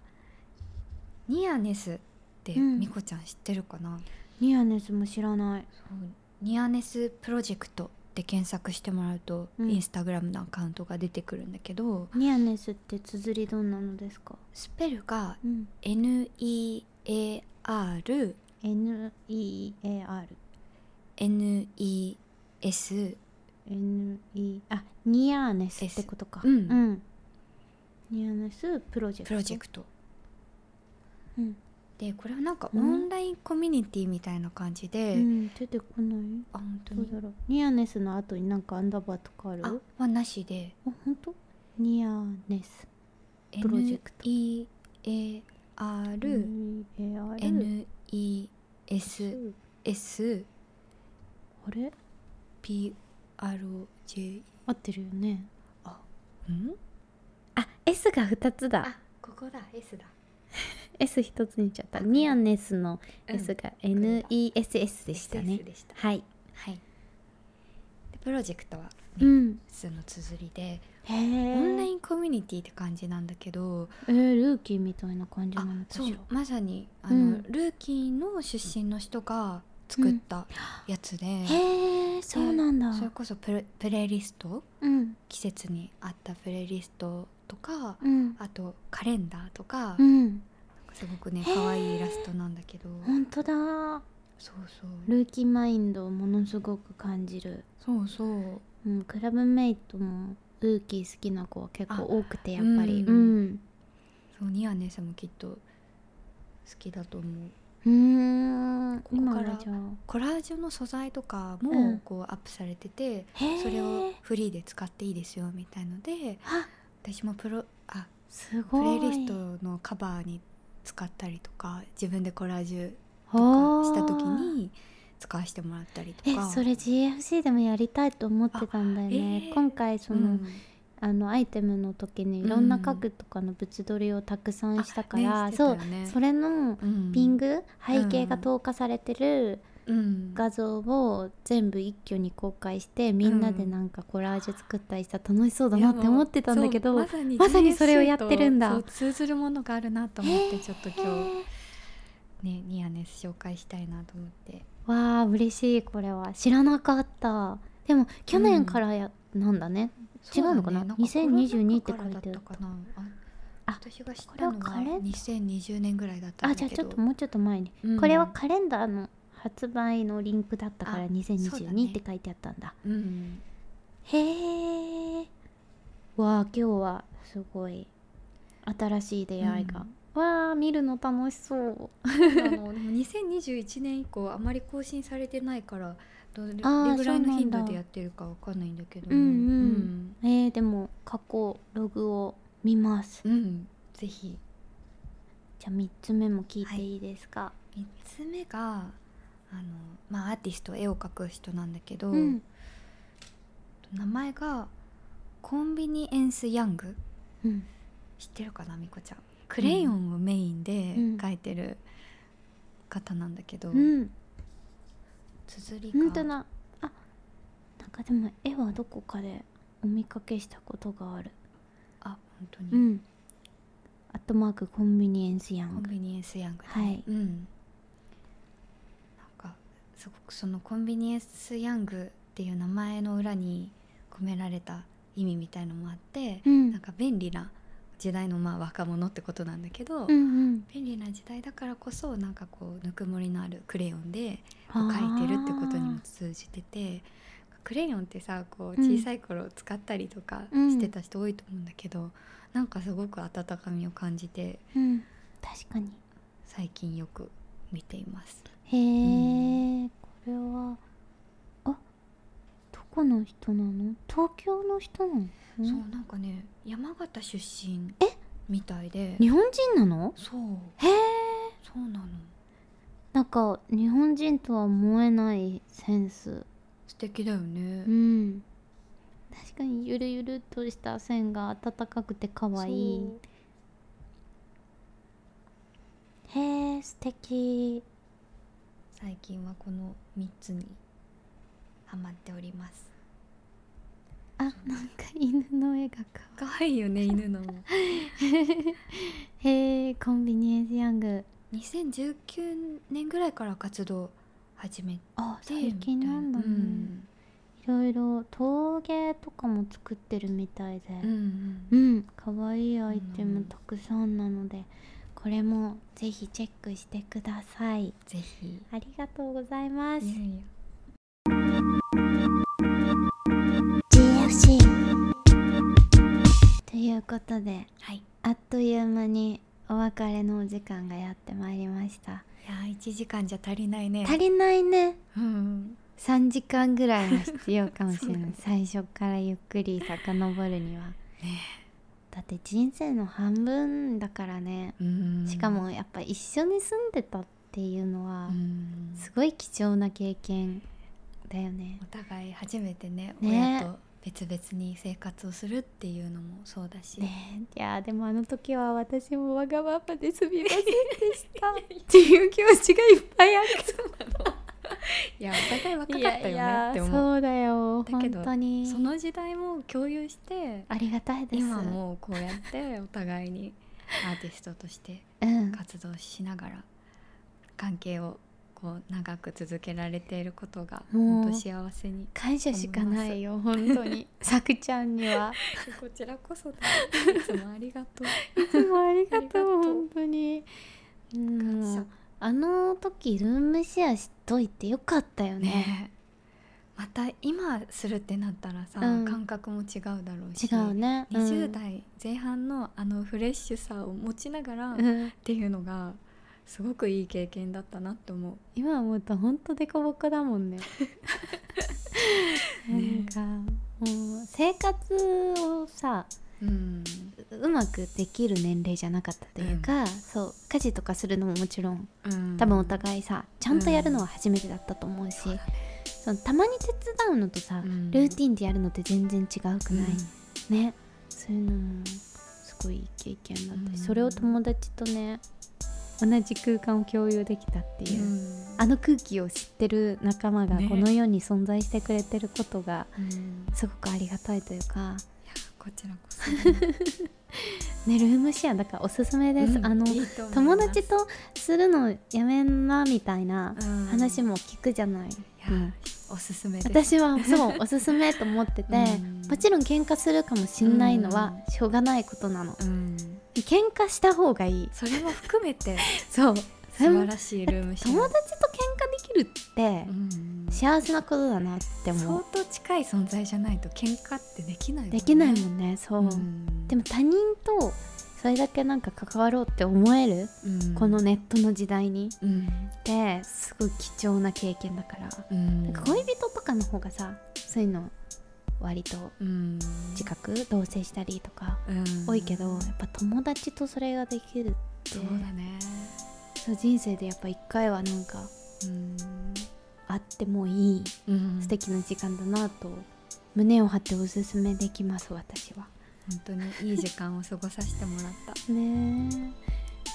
[SPEAKER 2] ニアネスって
[SPEAKER 1] うん
[SPEAKER 2] みこちゃん知ってるかな、
[SPEAKER 1] ニアネスも知らない
[SPEAKER 2] そうニアネスプロジェクトで検索してもらうと、
[SPEAKER 1] うん
[SPEAKER 2] インスタグラムのアカウントが出てくるんだけど
[SPEAKER 1] *laughs* ニアネスって綴りどんなのですか
[SPEAKER 2] スペルが
[SPEAKER 1] うん
[SPEAKER 2] NEAR
[SPEAKER 1] NEAR
[SPEAKER 2] NES
[SPEAKER 1] NE あニアーネスってことか、
[SPEAKER 2] S うん
[SPEAKER 1] ニアーネスプロジェクト
[SPEAKER 2] プロジェクト
[SPEAKER 1] うん、
[SPEAKER 2] でこれはなんか
[SPEAKER 1] う
[SPEAKER 2] オ
[SPEAKER 1] ん
[SPEAKER 2] ンラインコミュニティみたいな感じで、
[SPEAKER 1] うん、出てこない
[SPEAKER 2] あ本当
[SPEAKER 1] どう
[SPEAKER 2] に
[SPEAKER 1] だろうニアーネスの後になんかアンダーバーとかある
[SPEAKER 2] あはなしで
[SPEAKER 1] あ本当ニアーネスプロジェクト
[SPEAKER 2] NEARNESS
[SPEAKER 1] NEAR あれ
[SPEAKER 2] PROJ
[SPEAKER 1] 合ってるよね
[SPEAKER 2] ん
[SPEAKER 1] あ S が2つだ
[SPEAKER 2] あここだ S だ
[SPEAKER 1] S1 つにいっちゃった
[SPEAKER 2] あ
[SPEAKER 1] ニアーネスの S が
[SPEAKER 2] ん
[SPEAKER 1] NESS でしたね
[SPEAKER 2] SS でした
[SPEAKER 1] はい
[SPEAKER 2] はいでプロジェクトは
[SPEAKER 1] うん
[SPEAKER 2] その綴りで
[SPEAKER 1] へ
[SPEAKER 2] オンラ
[SPEAKER 1] え
[SPEAKER 2] インコミュニティって感じなんだけど
[SPEAKER 1] えールーキーみたいな感じな
[SPEAKER 2] あ
[SPEAKER 1] のか
[SPEAKER 2] そ
[SPEAKER 1] し
[SPEAKER 2] う
[SPEAKER 1] ら
[SPEAKER 2] まさに
[SPEAKER 1] う
[SPEAKER 2] あの
[SPEAKER 1] ん
[SPEAKER 2] ルーキーの出身の人が作ったやつで
[SPEAKER 1] へえそうなんだ
[SPEAKER 2] それこそプレプレイリスト
[SPEAKER 1] うん
[SPEAKER 2] 季節に合ったプレイリストとか
[SPEAKER 1] うん
[SPEAKER 2] あとカレンダーとか
[SPEAKER 1] うん
[SPEAKER 2] すごくね
[SPEAKER 1] へー
[SPEAKER 2] 可愛いイラストなんだけど
[SPEAKER 1] 本当だ
[SPEAKER 2] そうそう
[SPEAKER 1] ルーキーマインドをものすごく感じる
[SPEAKER 2] そうそう
[SPEAKER 1] うんクラブメイトもルーキー好きな子は結構多くてやっぱり
[SPEAKER 2] う
[SPEAKER 1] うんん
[SPEAKER 2] そうニア姉さんもきっと好きだと思う
[SPEAKER 1] うーん
[SPEAKER 2] こ
[SPEAKER 1] 今
[SPEAKER 2] か
[SPEAKER 1] は
[SPEAKER 2] ら
[SPEAKER 1] じゃあ
[SPEAKER 2] コラージュの素材とか
[SPEAKER 1] う
[SPEAKER 2] も
[SPEAKER 1] ん
[SPEAKER 2] こうアップされてて、
[SPEAKER 1] へー
[SPEAKER 2] それをフリーで使っていいですよみたいので
[SPEAKER 1] あ
[SPEAKER 2] 私もプロあ
[SPEAKER 1] す
[SPEAKER 2] プ
[SPEAKER 1] ご
[SPEAKER 2] レ
[SPEAKER 1] い
[SPEAKER 2] イリストのカバーに使ったりとか自分でコラージュと
[SPEAKER 1] ほ
[SPEAKER 2] か
[SPEAKER 1] ー
[SPEAKER 2] した時に使わせてもらったりと
[SPEAKER 1] え
[SPEAKER 2] か
[SPEAKER 1] それ GFC でもやりたいと思ってたんだよね、
[SPEAKER 2] あえー
[SPEAKER 1] 今回その、
[SPEAKER 2] うん
[SPEAKER 1] あのアイテムの時にいろんな家具とかの物撮りをたくさんしたから、
[SPEAKER 2] あねして
[SPEAKER 1] そ
[SPEAKER 2] たよ
[SPEAKER 1] う
[SPEAKER 2] ね
[SPEAKER 1] それの
[SPEAKER 2] うん
[SPEAKER 1] ピング、背景が投下されてる
[SPEAKER 2] うん
[SPEAKER 1] 画像を全部一挙に公開してみんなでなんかコラージュ作ったりしたら楽しそうだなって思ってたんだけ
[SPEAKER 2] い
[SPEAKER 1] ど
[SPEAKER 2] やもうそうまさに
[SPEAKER 1] まさにそれをやってるんだ
[SPEAKER 2] GFC とそう通ずるものがあるなと思ってちょっと
[SPEAKER 1] へ
[SPEAKER 2] 今日
[SPEAKER 1] ー
[SPEAKER 2] ねニアネス紹介したいなと思って
[SPEAKER 1] わあ嬉しいこれは知らなかったでも去年からや、なんだね違うのかな
[SPEAKER 2] そうだねん
[SPEAKER 1] 2022
[SPEAKER 2] コロナ禍
[SPEAKER 1] って書いてある
[SPEAKER 2] からだったかなあ
[SPEAKER 1] あ
[SPEAKER 2] 私が知ったの
[SPEAKER 1] こ
[SPEAKER 2] が
[SPEAKER 1] れはカレン
[SPEAKER 2] 2020年ぐらいだったん
[SPEAKER 1] あ
[SPEAKER 2] だ
[SPEAKER 1] じ
[SPEAKER 2] け
[SPEAKER 1] ゃ
[SPEAKER 2] ど
[SPEAKER 1] あちょっともうちょっと前に、
[SPEAKER 2] うん
[SPEAKER 1] これはカレンダーの発売のリンクだったから
[SPEAKER 2] あそうだね
[SPEAKER 1] 2022って書いてあったんだ
[SPEAKER 2] うん
[SPEAKER 1] へえわあ今日はすごい新しい出会いが、わあ見るの楽しそう
[SPEAKER 2] あのでも2021年以降あまり更新されてないからどれ
[SPEAKER 1] あー
[SPEAKER 2] ぐらいの頻
[SPEAKER 1] そうな
[SPEAKER 2] 度
[SPEAKER 1] んだ
[SPEAKER 2] でやってるかわかんないんだけど
[SPEAKER 1] うんうんえー、でも過去ログを見ます
[SPEAKER 2] うんうんぜひ
[SPEAKER 1] じゃあ3つ目も聞いていいですか、
[SPEAKER 2] 3つ目があの、まあ、アーティスト絵を描く人なんだけど、
[SPEAKER 1] うん
[SPEAKER 2] 名前がコンビニエンス・ヤング
[SPEAKER 1] うん
[SPEAKER 2] 知ってるかなみこちゃんクレヨンをメインで
[SPEAKER 1] うん
[SPEAKER 2] 描いてる方なんだけど、
[SPEAKER 1] うん
[SPEAKER 2] 綴りが
[SPEAKER 1] 本当だあなんかでも絵はどこかでお見かけしたことがある
[SPEAKER 2] あ本当に、
[SPEAKER 1] うんアットマークコンビニエンスヤン
[SPEAKER 2] コン
[SPEAKER 1] グ
[SPEAKER 2] ビニエンスヤングね、
[SPEAKER 1] はい
[SPEAKER 2] うんなんかすごくそのコンビニエンスヤングっていう名前の裏に込められた意味みたいのもあって、
[SPEAKER 1] うん
[SPEAKER 2] なんか便利な時代のまあ若者ってことなんだけど、
[SPEAKER 1] うんうん
[SPEAKER 2] 便利な時代だからこそなんかこうぬくもりのあるクレヨンでこう描いてるってことにも通じててクレヨンってさこ
[SPEAKER 1] う
[SPEAKER 2] う
[SPEAKER 1] ん
[SPEAKER 2] 小さい頃使ったりとか
[SPEAKER 1] うん
[SPEAKER 2] してた人多いと思うんだけど、なんかすごく温かみを感じて
[SPEAKER 1] うん確かに
[SPEAKER 2] 最近よく見ています。
[SPEAKER 1] へえ、これはあどこの人なの東京の人なの
[SPEAKER 2] そうなんかね山形出身みたいで
[SPEAKER 1] 日本人なの
[SPEAKER 2] そう
[SPEAKER 1] へえ
[SPEAKER 2] そうなの
[SPEAKER 1] なんか日本人とは思えないセンス
[SPEAKER 2] 素敵だよ
[SPEAKER 1] う
[SPEAKER 2] ね。
[SPEAKER 1] ん確かにゆるゆるっとした線が温かくて可愛いへえ素敵
[SPEAKER 2] 最近はこの三つにハマっております。
[SPEAKER 1] あなんか犬の絵が可愛い
[SPEAKER 2] 可愛いよね犬のも。 *laughs*
[SPEAKER 1] へえコンビニエンスヤング
[SPEAKER 2] 2019年ぐらいから活動始めて
[SPEAKER 1] あ最近なんだね、
[SPEAKER 2] みたいうん
[SPEAKER 1] いろいろ陶芸とかも作ってるみたいで
[SPEAKER 2] うんうん
[SPEAKER 1] うん可愛いアイテムたくさんなので、これもぜひチェックしてください
[SPEAKER 2] ぜひ
[SPEAKER 1] ありがとうございます、GFC ということで
[SPEAKER 2] はいい
[SPEAKER 1] あっという間にお別れのお時間がやってまいりました
[SPEAKER 2] やー1時間じゃ足りないね
[SPEAKER 1] 足りないね
[SPEAKER 2] うん
[SPEAKER 1] 3時間ぐらいは必要かもしれない、
[SPEAKER 2] *laughs* そうだ
[SPEAKER 1] 最初からゆっくり遡るには
[SPEAKER 2] ね
[SPEAKER 1] だって人生の半分だからね
[SPEAKER 2] うん
[SPEAKER 1] しかもやっぱ一緒に住んでたっていうのは
[SPEAKER 2] うん
[SPEAKER 1] すごい貴重な経験だよね
[SPEAKER 2] お互い初めてね
[SPEAKER 1] ね
[SPEAKER 2] 親と別々に生活をするっていうのもそうだし、
[SPEAKER 1] ねいやでもあの時は私もわがままですみませんでした
[SPEAKER 2] *laughs*
[SPEAKER 1] っていう気持ちがいっぱいあっ
[SPEAKER 2] いやお互い若
[SPEAKER 1] た
[SPEAKER 2] かったよねって思
[SPEAKER 1] そ
[SPEAKER 2] う
[SPEAKER 1] うだよ
[SPEAKER 2] だけど
[SPEAKER 1] 本当に
[SPEAKER 2] その時代も共有して
[SPEAKER 1] ありがたいです
[SPEAKER 2] 今もうこうやってお互い *laughs* にアーティストとして
[SPEAKER 1] うん
[SPEAKER 2] 活動しながら関係をこう長く続けられていることが
[SPEAKER 1] もう
[SPEAKER 2] 本当幸せ *laughs* に
[SPEAKER 1] 感謝しかないよ本当に *laughs* さくちゃんには
[SPEAKER 2] こちらこそだいつもありがとう
[SPEAKER 1] いつもありが
[SPEAKER 2] ありが
[SPEAKER 1] と
[SPEAKER 2] と
[SPEAKER 1] う
[SPEAKER 2] う
[SPEAKER 1] 本当にうん
[SPEAKER 2] 感謝
[SPEAKER 1] あの時ルームシェアしといてよかったよね
[SPEAKER 2] ねえまた今するってなったらさ、
[SPEAKER 1] うん
[SPEAKER 2] 感覚も違うだろうし
[SPEAKER 1] 違うねうん
[SPEAKER 2] 20代前半のあのフレッシュさを持ちながらっ
[SPEAKER 1] うん
[SPEAKER 2] ていうのがすごくいい経験だったなって思う
[SPEAKER 1] 今思うとほんとデコボコだも
[SPEAKER 2] *laughs*
[SPEAKER 1] んねなんかもう生活をさ
[SPEAKER 2] うん
[SPEAKER 1] うまくできる年齢じゃなかったというか、そう家事とかするのももちろん
[SPEAKER 2] うん
[SPEAKER 1] 多分お互いさちゃんとやるのは初めてだったと思うし、
[SPEAKER 2] そうだね
[SPEAKER 1] そのたまに手伝うのとさ、
[SPEAKER 2] うん
[SPEAKER 1] ルーティンでやるのって全然違うくない、ねそういうのもすごいいい経験だったし、
[SPEAKER 2] うん
[SPEAKER 1] それを友達とね同じ空間を共有できたっていうう、
[SPEAKER 2] ん
[SPEAKER 1] あの空気を知ってる仲間が
[SPEAKER 2] ね
[SPEAKER 1] この世に存在してくれてることが
[SPEAKER 2] うん
[SPEAKER 1] すごくありがたいというか、
[SPEAKER 2] いやこちらこ *laughs* そだね
[SPEAKER 1] ね、ルームシェアだからおすすめです、
[SPEAKER 2] うん
[SPEAKER 1] あの
[SPEAKER 2] いいと思い
[SPEAKER 1] 友
[SPEAKER 2] ます
[SPEAKER 1] 達とするのやめんなみたいな
[SPEAKER 2] うん
[SPEAKER 1] 話も聞くじゃない、
[SPEAKER 2] いやおすすめです
[SPEAKER 1] 私はそうおすすめと思ってて、
[SPEAKER 2] うん
[SPEAKER 1] もちろん喧嘩するかもしんないのはしょうがないことなの、
[SPEAKER 2] うん
[SPEAKER 1] 喧嘩した方がいい
[SPEAKER 2] それも含め *laughs* て
[SPEAKER 1] そう
[SPEAKER 2] 素晴らしいルームシェア
[SPEAKER 1] 友達と喧嘩できるって
[SPEAKER 2] うん
[SPEAKER 1] 幸せなことだなって思
[SPEAKER 2] 相
[SPEAKER 1] う
[SPEAKER 2] 当近い存在じゃないと喧嘩ってできないもんね
[SPEAKER 1] できないもんねそう、
[SPEAKER 2] うん
[SPEAKER 1] でも他人とそれだけなんか関わろうって思える、
[SPEAKER 2] うん
[SPEAKER 1] このネットの時代にっ
[SPEAKER 2] うん
[SPEAKER 1] てすごい貴重な経験だから、
[SPEAKER 2] うん
[SPEAKER 1] なんか恋人とかの方がさそういうの割と
[SPEAKER 2] うん
[SPEAKER 1] 近く同棲したりとか
[SPEAKER 2] うん
[SPEAKER 1] 多いけど、やっぱ友達とそれができるって
[SPEAKER 2] そうだね
[SPEAKER 1] そう人生でやっぱ一回はなんか
[SPEAKER 2] うん
[SPEAKER 1] あってもいい
[SPEAKER 2] うん
[SPEAKER 1] 素敵な時間だなと胸を張っておすすめできます私は
[SPEAKER 2] 本当にいい時間を過ごさせてもらった
[SPEAKER 1] ね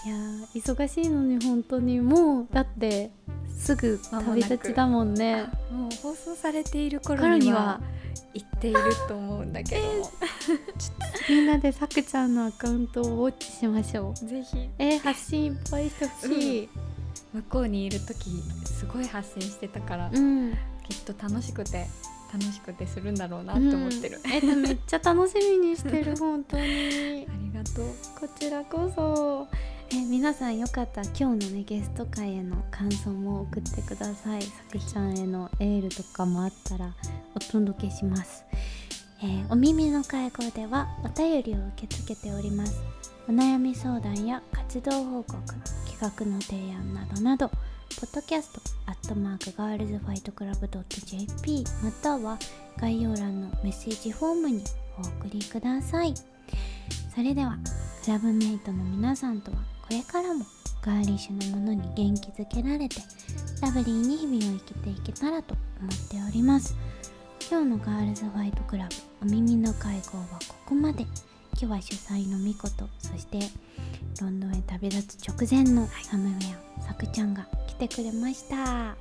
[SPEAKER 1] えいやー忙しいのに本当にもうだってすぐ旅立ちだもんね
[SPEAKER 2] もう放送されている頃
[SPEAKER 1] 彼
[SPEAKER 2] に
[SPEAKER 1] に
[SPEAKER 2] は
[SPEAKER 1] は
[SPEAKER 2] 言っていると思うんだけども、
[SPEAKER 1] みんなでさくちゃんのアカウントをウォッチしましょう
[SPEAKER 2] ぜひ
[SPEAKER 1] えー、発信いっぱいしてほしい、
[SPEAKER 2] 向こうにいる時すごい発信してたから、
[SPEAKER 1] うん
[SPEAKER 2] きっと楽しくて楽しくてするんだろうなって思ってる、
[SPEAKER 1] うんえでもめっちゃ楽しみにしてる本当に
[SPEAKER 2] ありがとう
[SPEAKER 1] こちらこそえ皆さんよかったら今日のねゲスト会への感想も送ってくださいさくちゃんへのエールとかもあったらお届けします、えーお耳の会合ではお便りを受け付けておりますお悩み相談や活動報告企画の提案などなどポッドキャストアットマークガールズファイトクラブ .jp または概要欄のメッセージフォームにお送りくださいそれではクラブメイトの皆さんとはこれからもガーリッシュなものに元気づけられてラブリーに日々を生きていけたらと思っております今日のガールズファイトクラブお耳の会合はここまで今日は主催のみことそしてロンドンへ旅立つ直前のサムウェアさくちゃんが来てくれました
[SPEAKER 2] あ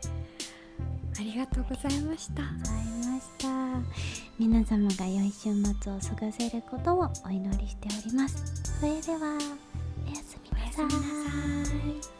[SPEAKER 2] りがとうございました
[SPEAKER 1] ございました皆様が良い週末を過ごせることをお祈りしておりますそれではおやすみなさ
[SPEAKER 2] おやすみ
[SPEAKER 1] い